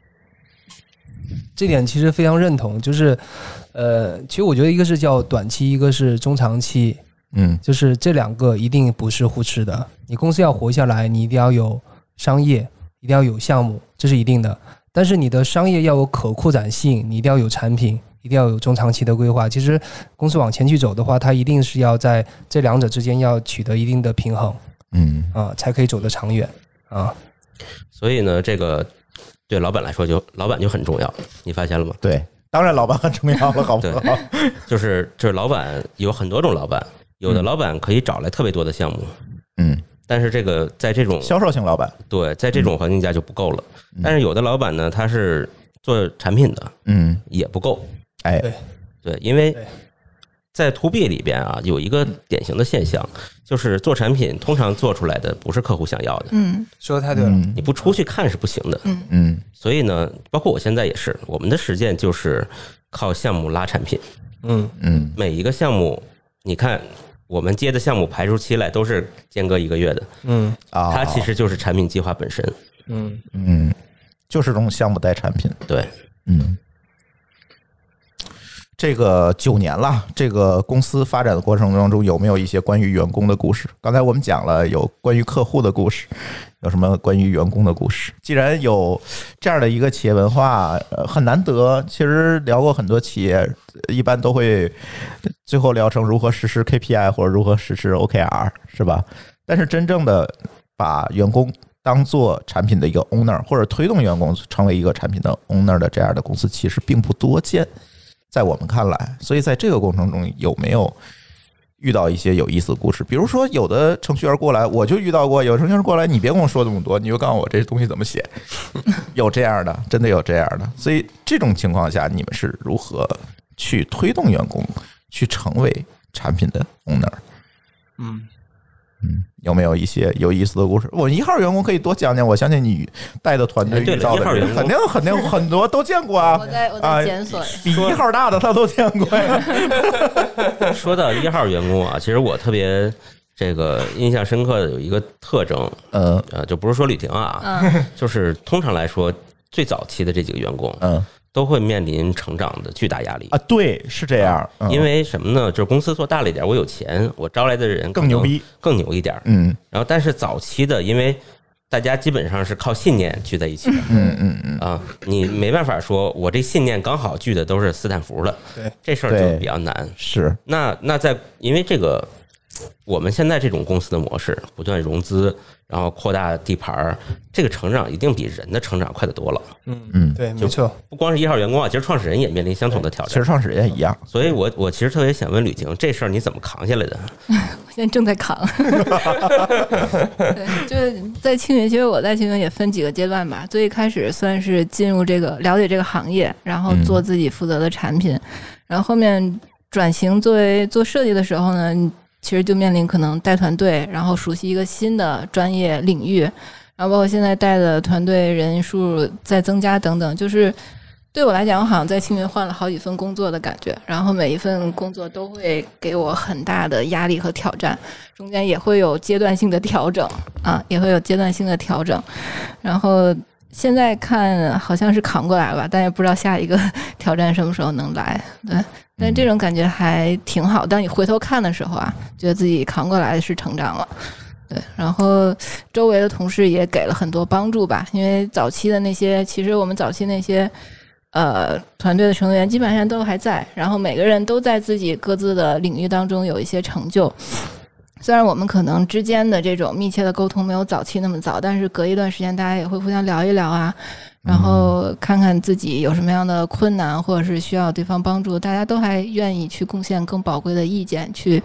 这点其实非常认同，就是，呃，其实我觉得一个是叫短期，一个是中长期，
嗯
就是这两个一定不是互斥的。你公司要活下来，你一定要有商业，一定要有项目，这是一定的。但是你的商业要有可扩展性，你一定要有产品，一定要有中长期的规划。其实公司往前去走的话，它一定是要在这两者之间要取得一定的平衡
嗯
啊，才可以走得长远啊。
所以呢，这个对老板来说就老板就很重要，你发现了吗？
对，当然老板很重要了，好不好？
就是就是老板有很多种老板，有的
嗯
老板可以找来特别多的项目，
嗯，
但是这个在这种
销嗯售型老板，
对在这种环境下就不够了。但是有的老板呢，他是做产品的
嗯，
也不够，
哎，
对
对，因为
对
在 to B 里边啊，有一个典型的现象，就是做产品通常做出来的不是客户想要的，
嗯
说的太对了，
嗯
你不出去看是不行的。
嗯
嗯
所以呢，包括我现在也是，我们的实践就是靠项目拉产品，
嗯
嗯
每一个项目，你看。我们接的项目排除期来都是间隔一个月的，
嗯
啊，
它其实就是产品计划本身。
嗯，
嗯，就是这种项目带产品，
对，
嗯，这个九年了，这个公司发展的过程当中有没有一些关于员工的故事？刚才我们讲了有关于客户的故事，有什么关于员工的故事？既然有这样的一个企业文化，呃很难得。其实聊过很多企业，呃一般都会最后聊成如何实施 KPI 或者如何实施 OKR，是吧？但是真正的把员工当做产品的一个 owner，或者推动员工成为一个产品的 owner 的这样的公司，其实并不多见，在我们看来。所以在这个过程中，有没有遇到一些有意思的故事？比如说，有的程序员过来，我就遇到过，有程序员过来，你别跟我说这么多，你就告诉我这东西怎么 写。有这样的，真的有这样的。所以这种情况下，你们是如何去推动员工去成为产品的 owner？
嗯，
嗯，有没有一些有意思的故事？我一号员工可以多讲讲，我相信你带的团队
哎对
遇
了
到的
一号员
人
工
肯定肯定很多都见过啊
我，在我
啊
在检索，
比一号大的他都见过呀。
说到一号员工啊，其实我特别这个印象深刻的有一个特征，
嗯
呃，就不是说吕婷啊，
嗯，
就是通常来说，最早期的这几个员工
嗯
都会面临成长的巨大压力
啊，对，是这样，嗯
因为什么呢？就是公司做大了一点，我有钱，我招来的人可
更
能
牛，逼，
更牛一点。
嗯
然后，但是早期的，因为大家基本上是靠信念聚在一起的
嗯嗯嗯，
啊，你没办法说，我这信念刚好聚的都是斯坦福的，
对，
这事儿
对
就比较难。
是，
那那在因为这个，我们现在这种公司的模式，不断融资，然后扩大地盘儿，这个成长一定比人的成长快得多了。
嗯，
嗯，
对，没错，
不光是一号员工啊，其实创始人也面临相同的挑
其实
战。
创始人也一样，
所以我，我其实特别想问吕婷，这事儿你怎么扛下来的？
我现在正在扛。 对，就是在青云，其实我在青云也分几个阶段吧。最一开始算是进入这个了解这个行业，然后做自己负责的产品，然后后面转型作为做设计的时候呢，其实就面临可能带团队，然后熟悉一个新的专业领域，然后包括现在带的团队人数在增加等等，就是。对我来讲，我好像在青云换了好几份工作的感觉，然后每一份工作都会给我很大的压力和挑战，中间也会有阶段性的调整啊，也会有阶段性的调整。然后现在看好像是扛过来了吧，但也不知道下一个 挑战什么时候能来。对，但这种感觉还挺好。当你回头看的时候啊，觉得自己扛过来是成长了。对，然后周围的同事也给了很多帮助吧，因为早期的那些，其实我们早期那些。呃，团队的成员基本上都还在，然后每个人都在自己各自的领域当中有一些成就，虽然我们可能之间的这种密切的沟通没有早期那么早，但是隔一段时间大家也会互相聊一聊啊，然后看看自己有什么样的困难或者是需要对方帮助，大家都还愿意去贡献更宝贵的意见，去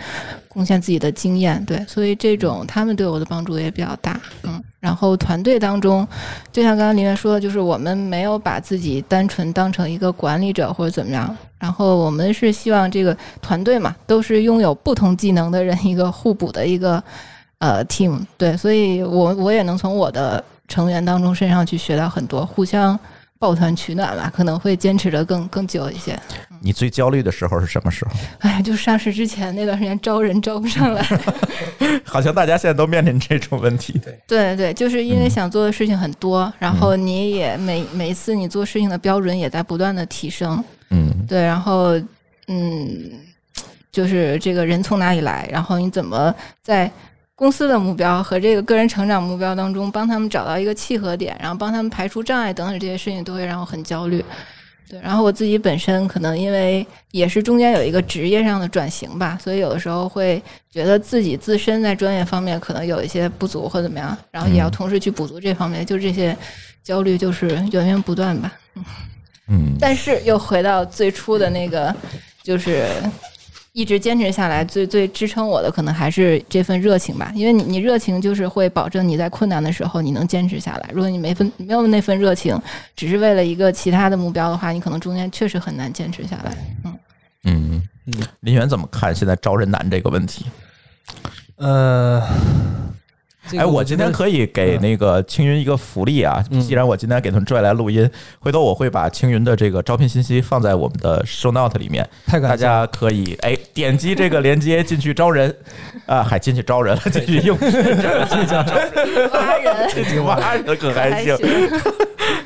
贡献自己的经验。对，所以这种他们对我的帮助也比较大。嗯，然后团队当中，就像刚刚林媛说的，就是我们没有把自己单纯当成一个管理者或者怎么样，然后我们是希望这个团队嘛，都是拥有不同技能的人一个互补的一个呃 team。对，所以我我也能从我的成员当中身上去学到很多，互相抱团取暖吧，可能会坚持的更更久一些。
你最焦虑的时候是什么时候？
哎，就上市之前那段时间招人招不上来，
好像大家现在都面临这种问题，
对对，就是因为想做的事情很多，然后你也每每一次你做事情的标准也在不断的提升，
嗯
对，然后嗯，就是这个人从哪里来，然后你怎么在公司的目标和这个个人成长目标当中帮他们找到一个契合点，然后帮他们排除障碍等等这些事情都会让我很焦虑。对，然后我自己本身可能因为也是中间有一个职业上的转型吧，所以有的时候会觉得自己自身在专业方面可能有一些不足或怎么样，然后也要同时去补足这方面，就这些焦虑就是源源不断吧。
嗯
但是又回到最初的那个，就是一直坚持下来，最最支撑我的可能还是这份热情吧。因为你你热情就是会保证你在困难的时候你能坚持下来。如果你没分没有那份热情，只是为了一个其他的目标的话，你可能中间确实很难坚持下来。嗯，
嗯
嗯。
林源怎么看现在招人难这个问题？
呃，这个
哎，我今天
觉得
可以给那个青云一个福利啊！
嗯
既然我今天给他们拽来录音，回头我会把青云的这个招聘信息放在我们的 show note 里面，
太感
大
谢了
家可以哎点击这个链接进去招人啊，还进去招人了，进去用
挖人
进去挖人可还
还
行
行。，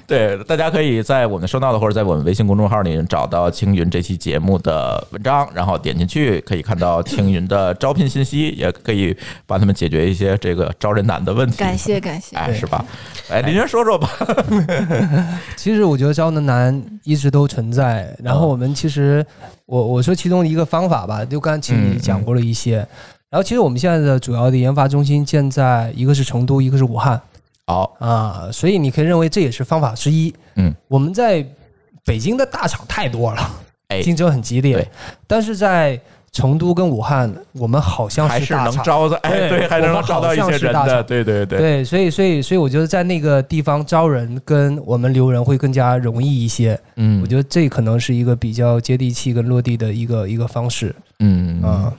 对，大家可以在我们收到的或者在我们微信公众号里找到青云这期节目的文章，然后点进去可以看到青云的招聘信息，也可以帮他们解决一些这个招人难的问题。
感，谢感谢。
哎，是吧？哎，林源说说吧。
其实我觉得招能难一直都存在，然后我们其实，我我说其中一个方法吧，就刚才其实你讲过了一些，然后其实我们现在的主要的研发中心建在一个是成都，一个是武汉
好，
啊，所以你可以认为这也是方法之一。
嗯，
我们在北京的大厂太多了，
哎
竞争很激烈
对，
但是在成都跟武汉，我们好像
还
是
是
大
能
厂。
招的，哎，
对
对，还是
我
能
们
招到一些
好像是
人
大
的，
厂
对对对，
对，所以所以所以我觉得在那个地方招人跟我们留人会更加容易一些。
嗯
我觉得这可能是一个比较接地气跟落地的一个一个方式
嗯
啊。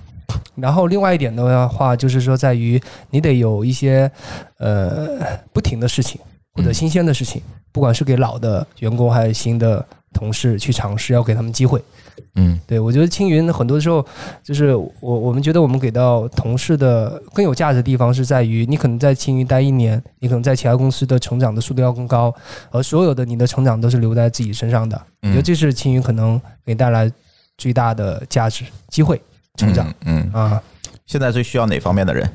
然后另外一点的话，就是说在于你得有一些呃不停的事情或
嗯
者新鲜的事情，不管是给老的员工还是新的同事去尝试，要给他们机会。
嗯
对我觉得青云很多时候就是我我们觉得我们给到同事的更有价值的地方是在于，你可能在青云待一年，你可能在其他公司的成长的速度要更高，而所有的你的成长都是留在自己身上的。我觉得这是青云可能给带来最大的价值、机会、成长。
嗯，嗯
啊，
现在最需要哪方面的人？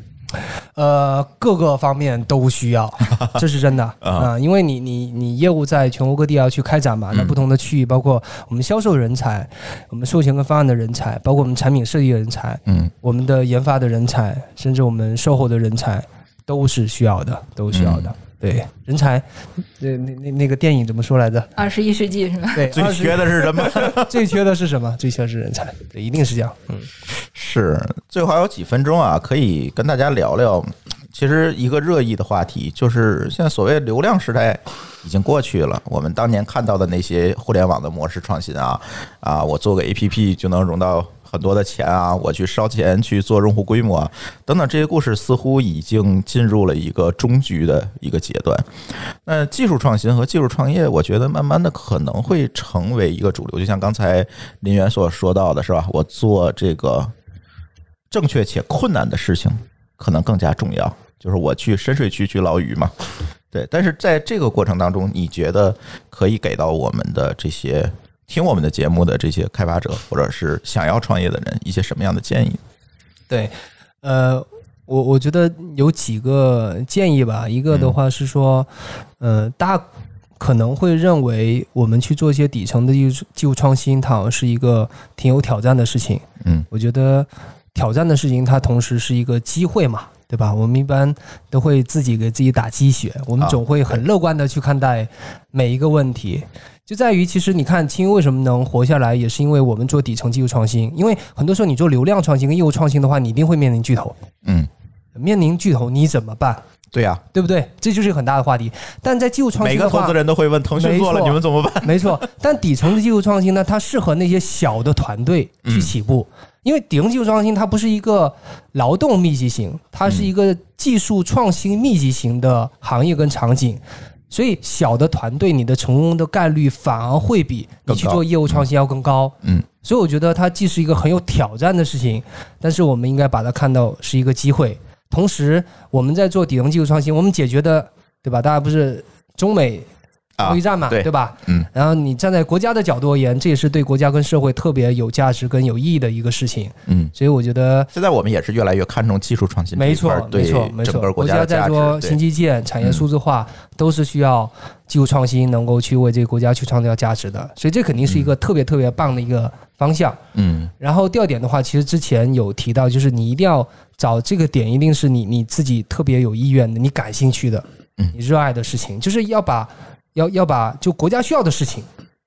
呃，各个方面都 需要，这是真的啊，因为你你你业务在全国各地要去开展嘛，那
嗯
不同的区域，包括我们销售人才，我们授权跟方案的人才，包括我们产品设计的人才，
嗯，
我们的研发的人才，甚至我们售后的人才，都是需要的，都需要的。
嗯
对，人才，那那那那个电影怎么说来着？
二十一世纪是吧？
对，
最
二十
缺的是什么？
最缺的是什么？最缺的是人才，对，一定是这样。嗯，
是，最后还有几分钟啊，可以跟大家聊聊。其实一个热议的话题就是，现在所谓流量时代已经过去了。我们当年看到的那些互联网的模式创新啊，啊，我做个 APP 就能融到很多的钱啊，我去烧钱去做用户规模啊，等等这些故事似乎已经进入了一个终局的一个阶段。那技术创新和技术创业，我觉得慢慢的可能会成为一个主流，就像刚才林源所说到的是吧？我做这个正确且困难的事情，可能更加重要。就是我去深水区去捞鱼嘛，对。但是在这个过程当中，你觉得可以给到我们的这些听我们的节目的这些开发者，或者是想要创业的人一些什么样的建议？
对，呃，我我觉得有几个建议吧。一个的话是说，呃，大家可能会认为我们去做一些底层的技术技术创新，它好像是一个挺有挑战的事情。
嗯
我觉得挑战的事情，它同时是一个机会嘛，对吧？我们一般都会自己给自己打鸡血，我们
啊
总会很乐观的去看待每一个问题。就在于，其实你看青云为什么能活下来，也是因为我们做底层技术创新。因为很多时候你做流量创新跟业务创新的话，你一定会面临巨头，
嗯，
面临巨头你怎么办，
对呀、
对不对？这就是一个很大的话题。但在技术创
每
新
个
的
投
话
资，人都会问腾讯做了
没错
你们怎么办？
没错，但底层的技术创新呢，它适合那些小的团队
嗯
去起步，因为底层技术创新它不是一个劳动密集型，它是一个技术创新密集型的行业跟场景。所以，小的团队你的成功的概率反而会比你去
更高
做业务创新要更高。
嗯
所以我觉得它既是一个很有挑战的事情，但是我们应该把它看到是一个机会。同时，我们在做底层技术创新，我们解决的，对吧？大家不是中美
啊
贸易战嘛，
对
吧？
嗯
然后你站在国家的角度而言，这也是对国家跟社会特别有价值跟有意义的一个事情。
嗯。
所以我觉得，
现在我们也是越来越看重技术创新这
没
一块
错
儿，
没
对
错，没
整
错
个。
国
家的
在
价
做
值
新
对。嗯
基建、产业数字化，都是需要技术创新能够去为这个国家去创造价值的。所以这肯定是一个特别特别棒的一个方向。
嗯
然后第二点的话，其实之前有提到，就是你一定要找这个点，一定是你你自己特别有意愿的、你感兴趣的、
嗯
你热爱的事情，就是要把要要把就国家需要的事情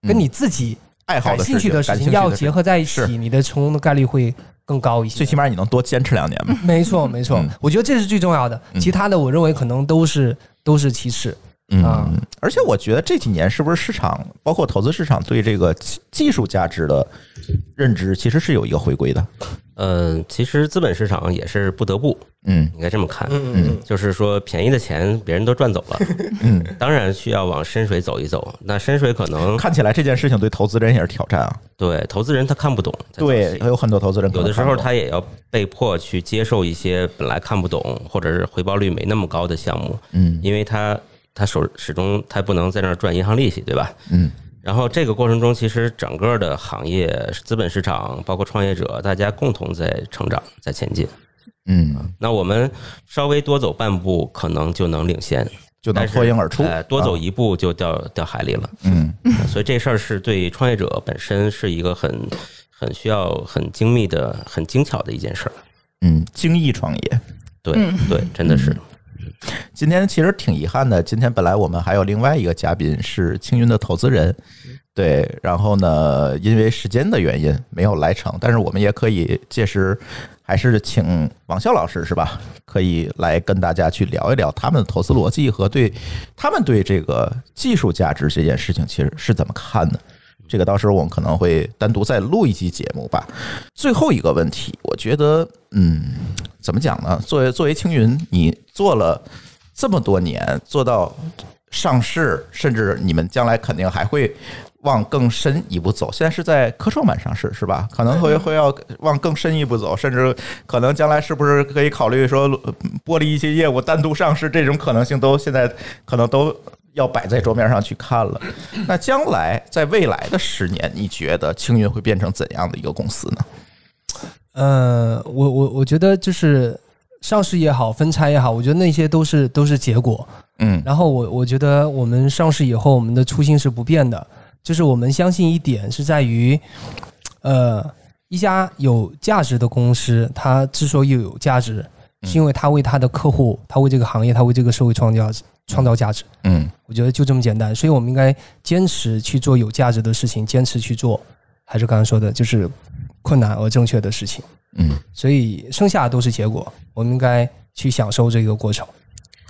跟你自己
嗯爱好
感
的
兴趣
的
的事情要结
合，
合在一
是
起，你的成功的概率会更高一些。
最起码你能多坚持两年吧。
没错，没错
嗯，
我觉得这是最重要的，
嗯
其他的我认为可能都是都是其次。啊
嗯，而且我觉得这几年是不是市场，包括投资市场对这个技技术价值的认知，其实是有一个回归的。
嗯，其实资本市场也是不得不，
嗯
应该这么看，
嗯嗯
就是说便宜的钱别人都赚走了，
嗯，
当然需要往深水走一走。那深水可能
看起来这件事情对投资人也是挑战啊。
对投资人他看不懂，在早
对，
期
有很多投资人可
有
能
的时候
看不懂
他也要被迫去接受一些本来看不懂或者是回报率没那么高的项目，
嗯
因为他他手始终他不能在那儿赚银行利息，对吧？
嗯
然后这个过程中，其实整个的行业、资本市场，包括创业者，大家共同在成长、在前进。
嗯，
那我们稍微多走半步，可能就能领先，
就能
但是
脱颖而出
哎，多走
啊
一步就掉掉海里了。
嗯
所以这事儿是对创业者本身是一个很很需要很精密的、很精巧的一件事儿。
嗯，精益创业。
对
嗯
对，真的是。
今天其实挺遗憾的，今天本来我们还有另外一个嘉宾是青云的投资人，对，然后呢，因为时间的原因没有来成，但是我们也可以届时还是请王笑老师是吧？可以来跟大家去聊一聊他们的投资逻辑和对他们对这个技术价值这件事情其实是怎么看的。这个到时候我们可能会单独再录一期节目吧。最后一个问题，我觉得，嗯，怎么讲呢？作为作为青云，你做了这么多年，做到上市，甚至你们将来肯定还会。往更深一步走，现在是在科创板上市是吧？可能会会要往更深一步走，甚至可能将来是不是可以考虑说呃剥离一些业务单独上市，这种可能性都现在可能都要摆在桌面上去看了。那将来在未来的十年，你觉得青云会变成怎样的一个公司呢？
呃，我我我觉得就是上市也好，分拆也好，我觉得那些都是都是结果。
嗯
然后我我觉得我们上市以后，我们的初心是不变的，就是我们相信一点是在于，呃，一家有价值的公司，它之所以有价值，是因为它为它的客户，它为这个行业，它为这个社会创造创造价值。
嗯
我觉得就这么简单，所以我们应该坚持去做有价值的事情，坚持去做，还是刚才说的，就是困难而正确的事情。
嗯，
所以剩下的都是结果，我们应该去享受这个过程。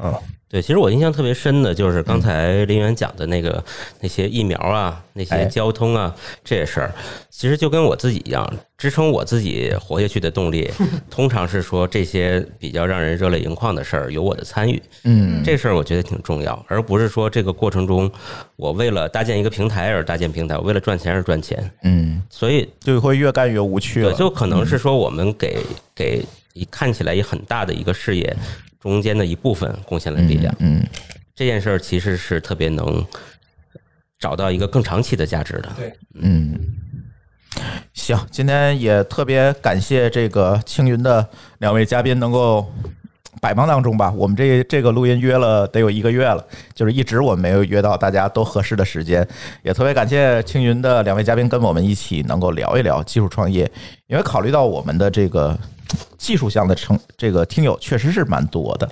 嗯，
对，其实我印象特别深的就是刚才林源讲的那个那些疫苗啊，那
哎
些交通啊这些事儿，其实就跟我自己一样，支撑我自己活下去的 动力，通常是说这些比较让人热泪盈眶的事儿有我的参与，
嗯
这事儿我觉得挺重要，而不是说这个过程中我为了搭建一个平台而搭建平台，我为了赚钱而赚钱，
嗯，
所以
就会越干越无趣
对，
了。
就可能是说我们给给一看起来也很大的一个事业中间的一部分贡献了力量。
嗯，
这件事儿其实是特别能找到一个更长期的价值的。
嗯，行，今天也特别感谢这个青云呃的两位嘉宾能够。百忙当中吧，我们这这个录音约了得有一个月了，就是一直我们没有约到大家都合适的时间，也特别感谢青云的两位嘉宾跟我们一起能够聊一聊技术创业，因为考虑到我们的这个技术项的成这个听友确实是蛮多的，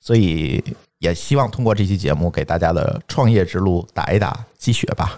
所以也希望通过这期节目给大家的创业之路打一打鸡血吧。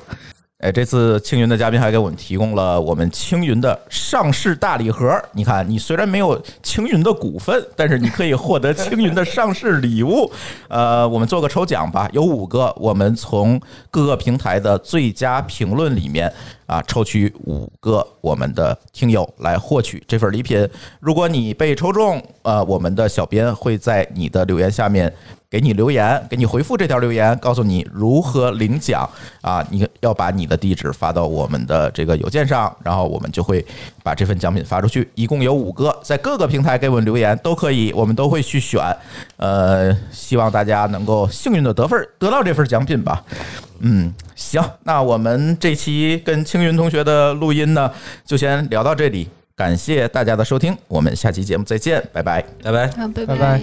哎，这次青云的嘉宾还给我们提供了我们青云的上市大礼盒。你看，你虽然没有青云的股份，但是你可以获得青云的上市礼物。呃，我们做个抽奖吧，有五个，我们从各个平台的最佳评论里面啊抽取五个我们的听友来获取这份礼品。如果你被抽中，呃，我们的小编会在你的留言下面给你留言，给你回复这条留言，告诉你如何领奖啊！你要把你的地址发到我们的这个邮件上，然后我们就会把这份奖品发出去。一共有五个，在各个平台给我们留言都可以，我们都会去选。呃，希望大家能够幸运的得份儿得到这份奖品吧。嗯，行，那我们这期跟青云同学的录音呢，就先聊到这里。感谢大家的收听，我们下期节目再见，拜拜。
拜拜。
好，啊拜
拜拜